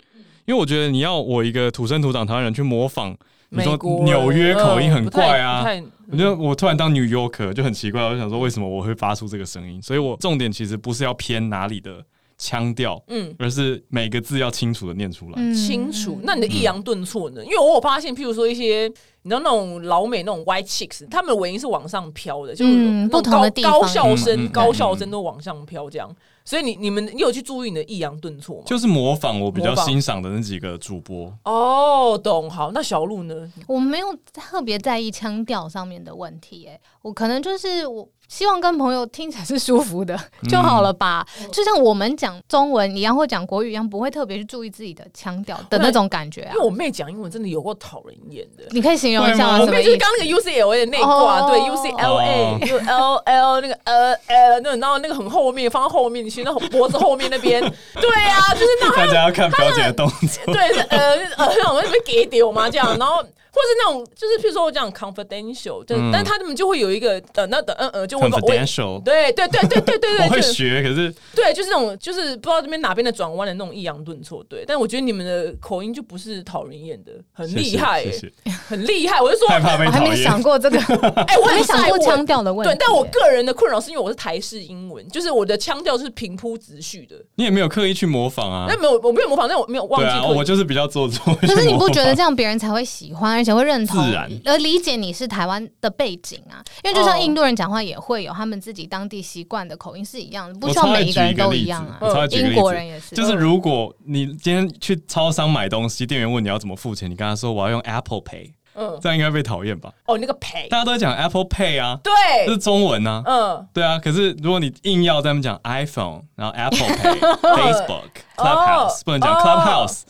Speaker 3: 因为我觉得你要我一个土生土长台湾人去模仿，你
Speaker 2: 美
Speaker 3: 说
Speaker 2: 国人
Speaker 3: 纽约口音
Speaker 2: 嗯
Speaker 3: 很
Speaker 2: 不太
Speaker 3: 怪啊
Speaker 2: 不，太
Speaker 3: 我觉得我突然当 New Yorker 就很奇怪，我就想说为什么我会发出这个声音？所以我重点其实不是要偏哪里的腔调，
Speaker 2: 嗯
Speaker 3: 而是每个字要清楚的念出来。
Speaker 1: 嗯
Speaker 2: 清楚。那你的抑扬顿挫呢？因为我有发现，譬如说一些你知道那种老美那种 white chicks，他们的尾音是往上飘的，就是
Speaker 1: 嗯
Speaker 2: 那种
Speaker 1: 不同的地方
Speaker 2: 高高校生、
Speaker 3: 嗯嗯嗯
Speaker 2: 高校生都往上飘这样。所以你你们你有去注意你的抑扬顿挫吗？
Speaker 3: 就是模仿我比较
Speaker 2: 模仿
Speaker 3: 欣赏的那几个主播，
Speaker 2: 哦，懂好。那小鹿呢？
Speaker 1: 我没有特别在意腔调上面的问题、欸，我可能就是我希望跟朋友听起来是舒服的就好了吧，就像我们讲中文一样，或讲国语一样，不会特别去注意自己的腔调的那种感觉啊
Speaker 2: 因为。我妹讲英文真的有够讨人厌的。
Speaker 1: 你可以形容一下
Speaker 3: 会
Speaker 1: 吗
Speaker 3: 吗
Speaker 2: 我
Speaker 1: 什么
Speaker 2: 妹
Speaker 1: 意
Speaker 2: 就是
Speaker 1: 思？
Speaker 2: 刚刚那个 UCLA 的那一挂，
Speaker 1: 哦
Speaker 2: 对
Speaker 3: 哦
Speaker 2: UCLA、ULL 那个呃呃那个，然后那个很后面放到后面去，那脖子后面那 边，对啊，就是那
Speaker 3: 大家要看表姐的动作。
Speaker 2: 对，是呃呃，那种会被给丢嘛这样，然后或是那种就是譬如说我讲 confidential，就是、
Speaker 3: 嗯
Speaker 2: 但他们就会有一个呃那等嗯嗯，就我把我也
Speaker 3: Confidential，
Speaker 2: 对对对对对对 对，
Speaker 3: 我会
Speaker 2: 就是
Speaker 3: 学，可是
Speaker 2: 对，就是那种，就是不知道这边哪边的转弯的那种抑扬顿挫，对。但我觉得你们的口音就不是讨人厌的，很
Speaker 3: 谢谢
Speaker 2: 厉害、
Speaker 3: 谢谢
Speaker 2: 很厉害。我就说，
Speaker 3: 害怕被
Speaker 1: 我还
Speaker 3: 讨
Speaker 1: 没想
Speaker 3: 厌。
Speaker 1: 过这个，我
Speaker 2: 哎、我
Speaker 1: 还
Speaker 2: 很
Speaker 1: 没想
Speaker 2: 在
Speaker 1: 过
Speaker 2: 乎
Speaker 1: 腔调的问题、
Speaker 2: 对，但我
Speaker 1: 欸
Speaker 2: 个人的困扰是因为我是台式英文，就是我的腔调是平铺直叙的。
Speaker 3: 你也没有刻意去模仿啊
Speaker 2: 但，没有，我没有模仿，但我没有忘
Speaker 3: 对
Speaker 2: 记
Speaker 3: 啊，
Speaker 2: 刻意
Speaker 3: 我就是比较做作。
Speaker 1: 可是你不觉得这
Speaker 3: 样？
Speaker 1: 样别人才会喜欢，而且会认同
Speaker 3: 自然，
Speaker 1: 而理解你是台湾的背景啊？因为就像
Speaker 2: 哦
Speaker 1: 印度人讲话也会有他们自己当地习惯的口音是一样的，不
Speaker 3: 我
Speaker 1: 需要
Speaker 3: 超爱
Speaker 1: 每
Speaker 3: 举
Speaker 1: 一个人
Speaker 3: 一个
Speaker 1: 都
Speaker 3: 例
Speaker 1: 一
Speaker 3: 子
Speaker 1: 样啊，。
Speaker 3: 我超爱举一个
Speaker 1: 英
Speaker 3: 例
Speaker 1: 国
Speaker 3: 子
Speaker 1: 人也是，
Speaker 3: 就是如果你今天去超商买东西，店员问你要怎么付钱，你跟他说我要用 Apple Pay，
Speaker 2: 嗯，
Speaker 3: 这样应该被讨厌吧？
Speaker 2: 哦，那个陪，
Speaker 3: 大家都在讲 Apple Pay 啊，这
Speaker 2: 对
Speaker 3: 是，中文啊。
Speaker 2: 嗯。
Speaker 3: 对啊，可是如果你硬要在那边讲 iPhone，然后 Apple Pay、Facebook、Clubhouse，不能
Speaker 1: 哦
Speaker 3: 讲
Speaker 2: 哦
Speaker 3: Clubhouse。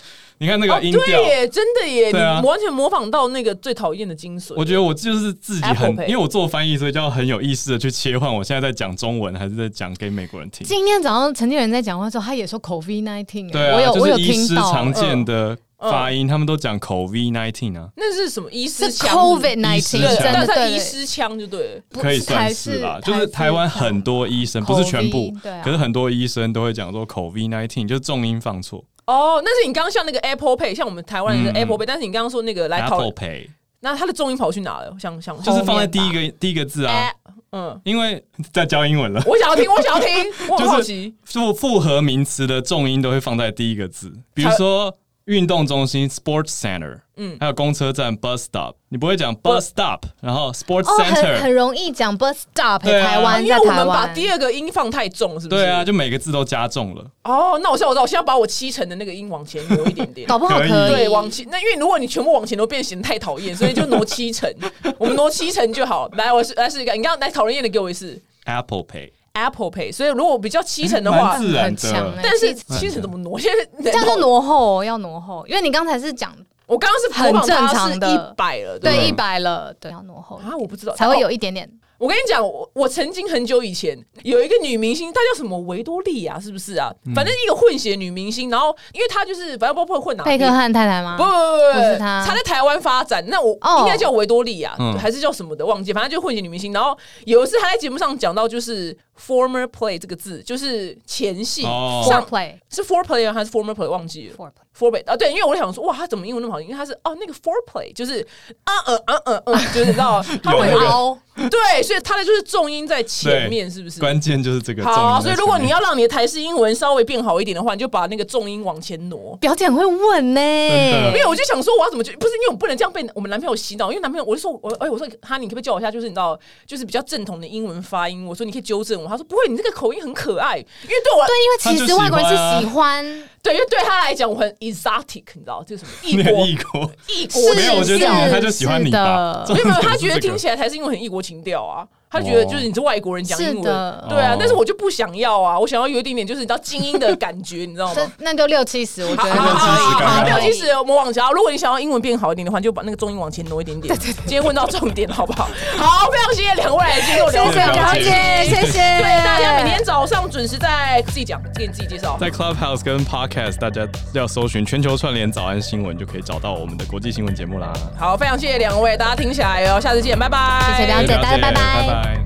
Speaker 3: 你看那
Speaker 2: 哦，
Speaker 3: 个音调
Speaker 2: 对，耶，真的耶，
Speaker 3: 对啊
Speaker 2: 你完全模仿到那个最讨厌的精髓。
Speaker 3: 我觉得我就是自己
Speaker 2: Apple
Speaker 3: 很，
Speaker 2: Pay
Speaker 3: 因为我做翻译，所以就要很有意识的去切换。我现在在讲中文，还是在讲给美国人听？
Speaker 1: 今天早上陈建仁在讲话的时候，他也说 COVID nineteen，、欸
Speaker 3: 对
Speaker 1: 我
Speaker 3: 啊，
Speaker 1: 有、
Speaker 3: 就
Speaker 1: 我有
Speaker 3: 是医师
Speaker 1: 听
Speaker 3: 常
Speaker 1: 到。嗯
Speaker 3: 见的发音，他们都讲 COVID nineteen 啊，
Speaker 2: 那是什么医
Speaker 1: 是
Speaker 2: 师腔
Speaker 1: COVID
Speaker 3: 医师
Speaker 1: nineteen，
Speaker 2: 对，
Speaker 3: 腔
Speaker 1: 真
Speaker 2: 但
Speaker 1: 的
Speaker 2: 是他
Speaker 1: 对
Speaker 2: 医师腔就对了。
Speaker 1: 不
Speaker 3: 可以算
Speaker 1: 台
Speaker 3: 是
Speaker 1: 式
Speaker 3: 啦。
Speaker 1: 台
Speaker 3: 就是
Speaker 1: 式
Speaker 3: 台湾
Speaker 1: 腔
Speaker 3: 很多医生，不是全部
Speaker 1: COVID，对啊，
Speaker 3: 可是很多医生都会讲说 COVID nineteen，就是重音放错
Speaker 2: 哦，那是你刚刚像那个 Apple Pay，像我们台湾人的
Speaker 3: 嗯
Speaker 2: Apple Pay，但是你刚刚说那个来考
Speaker 3: ，Apple，Pay
Speaker 2: 那它的重音跑去哪了？我想想，
Speaker 3: 就是放在
Speaker 1: 后面吧
Speaker 3: 第一个第一个字啊。
Speaker 2: 哎，嗯，
Speaker 3: 因为在教英文了，
Speaker 2: 我想要听，我想要 听，我很好奇。
Speaker 3: 复复合名词的重音都会放在第一个字，比如说运动中心 （sports center），嗯
Speaker 2: 嗯，
Speaker 3: 还有公车站 （bus stop），你不会讲 bus stop，然后 sports
Speaker 1: 哦，很
Speaker 3: center，、
Speaker 1: 很容易讲 bus stop，、欸
Speaker 3: 对啊
Speaker 1: 台
Speaker 2: 啊
Speaker 1: 湾
Speaker 2: 因
Speaker 1: 在
Speaker 2: 为我
Speaker 1: 台
Speaker 2: 们把
Speaker 1: 湾。
Speaker 2: 第二个音放太重，是不是？
Speaker 3: 对啊，。就每个字都加重了。
Speaker 2: 哦，那我现在我知道，我现在把我七成的那个音往前挪一点 点。
Speaker 1: 搞不好
Speaker 3: 可以
Speaker 1: 可以，
Speaker 2: 对，往前。那因为如果你全部往前都变显得太讨厌，所以就挪七 成。我们挪七成就好。来，我试来试一个，你刚刚来讨人厌的给我一次
Speaker 3: Apple Pay，
Speaker 2: Apple Pay。所以如果我比较七成的话
Speaker 3: 蛮，自然
Speaker 1: 很强
Speaker 3: 的
Speaker 1: 欸，
Speaker 2: 但是
Speaker 1: 其
Speaker 2: 七成怎么挪？现在
Speaker 1: 这样就。挪后、哦要挪后，因为你刚才是讲
Speaker 2: 我刚刚是模仿它是一百了，对
Speaker 1: 对
Speaker 3: 对
Speaker 1: 一百了，对，要挪后
Speaker 2: 啊，我不知道
Speaker 1: 才会有。一点点。
Speaker 2: 我跟你讲，我我曾经很久以前有一个女明星，她叫什么维多利亚，是不是啊？
Speaker 3: 嗯
Speaker 2: 反正一个混血女明星，然后因为她就是反正不知道混哪
Speaker 1: 贝
Speaker 2: 边
Speaker 1: 克汉太太吗？
Speaker 2: 不不不
Speaker 1: 不
Speaker 2: 不
Speaker 1: 是她
Speaker 2: 她在台湾发展，那我
Speaker 1: 哦
Speaker 2: 应该叫维多利亚、
Speaker 3: 嗯
Speaker 2: 还是叫什么的，忘记，反正就混血女明星。然后有一次她在节目上讲到，就是 former play 这个字，就是前戏、
Speaker 3: 哦
Speaker 2: 上
Speaker 1: play
Speaker 2: 是 for play 吗还是 former play 忘记了。
Speaker 1: four play。
Speaker 2: forplay 啊，对，因为我想说，哇，他怎么英文那么好？因为他是哦，那个 foreplay 就是啊呃啊呃呃，就是你知道他会
Speaker 3: 有那个
Speaker 2: 凹，对，所以他的就是重音在前面，是不是？
Speaker 3: 关键就是这个重音在前面。
Speaker 2: 好，啊所以如果你要让你的台式英文稍微变好一点的话，你就把那个重音往前挪。
Speaker 1: 表姐很会问呢、
Speaker 3: 真的
Speaker 2: 没有，我就想说我要怎么去，不是因为我不能这样被我们男朋友洗脑，因为男朋友我就说我哎，我说他你可不可以教我一下，就是你知道，就是比较正统的英文发音，我说你可以纠正我，他说不会，你这个口音很可爱，因为对我
Speaker 1: 对，因为其实外国人
Speaker 3: 他
Speaker 1: 是
Speaker 3: 就
Speaker 1: 喜
Speaker 3: 喜
Speaker 1: 欢
Speaker 2: 对，因为对他来讲我很 exotic，你知道这是什么？异
Speaker 3: 你很
Speaker 2: 国
Speaker 3: 异国，
Speaker 2: 异
Speaker 1: 是
Speaker 2: 国
Speaker 3: 没有，我觉得
Speaker 1: 是
Speaker 3: 他就喜欢你吧
Speaker 1: 是的。
Speaker 3: 重
Speaker 2: 没有
Speaker 3: 点
Speaker 2: 没有，
Speaker 3: 是
Speaker 2: 他觉得
Speaker 3: 这个
Speaker 2: 听起来才是因为很异国情调啊。他觉得就是你是外国人讲英
Speaker 1: 是
Speaker 2: 文，
Speaker 1: 的
Speaker 2: 对啊
Speaker 3: 哦，
Speaker 2: 但是我就不想要啊，我想要有一点点就是你知道精英的感觉，你知 道吗？
Speaker 1: 这那就六七十，我觉得
Speaker 3: 好好好
Speaker 1: 可以
Speaker 3: 好好
Speaker 2: 六
Speaker 3: 好
Speaker 2: 七十，我们往前。如果你想要英文变好一点的话，你就把那个重音往前挪一点 点。今天问到重点，好不 好？好，非常谢谢两位来接受聊天，
Speaker 1: 谢谢表
Speaker 3: 了解
Speaker 1: 姐，谢谢
Speaker 2: 对大家每天早上准时在自己讲，给你自己介绍。
Speaker 3: 在 Clubhouse 跟 Podcast，大家要搜寻全球串联早安新闻，就可以找到我们的国际新闻节目啦。
Speaker 2: 好，非常谢谢两位，大家听起来哦，下次见，拜拜。
Speaker 1: 谢谢表了解大家拜
Speaker 3: 拜
Speaker 1: 拜
Speaker 3: 拜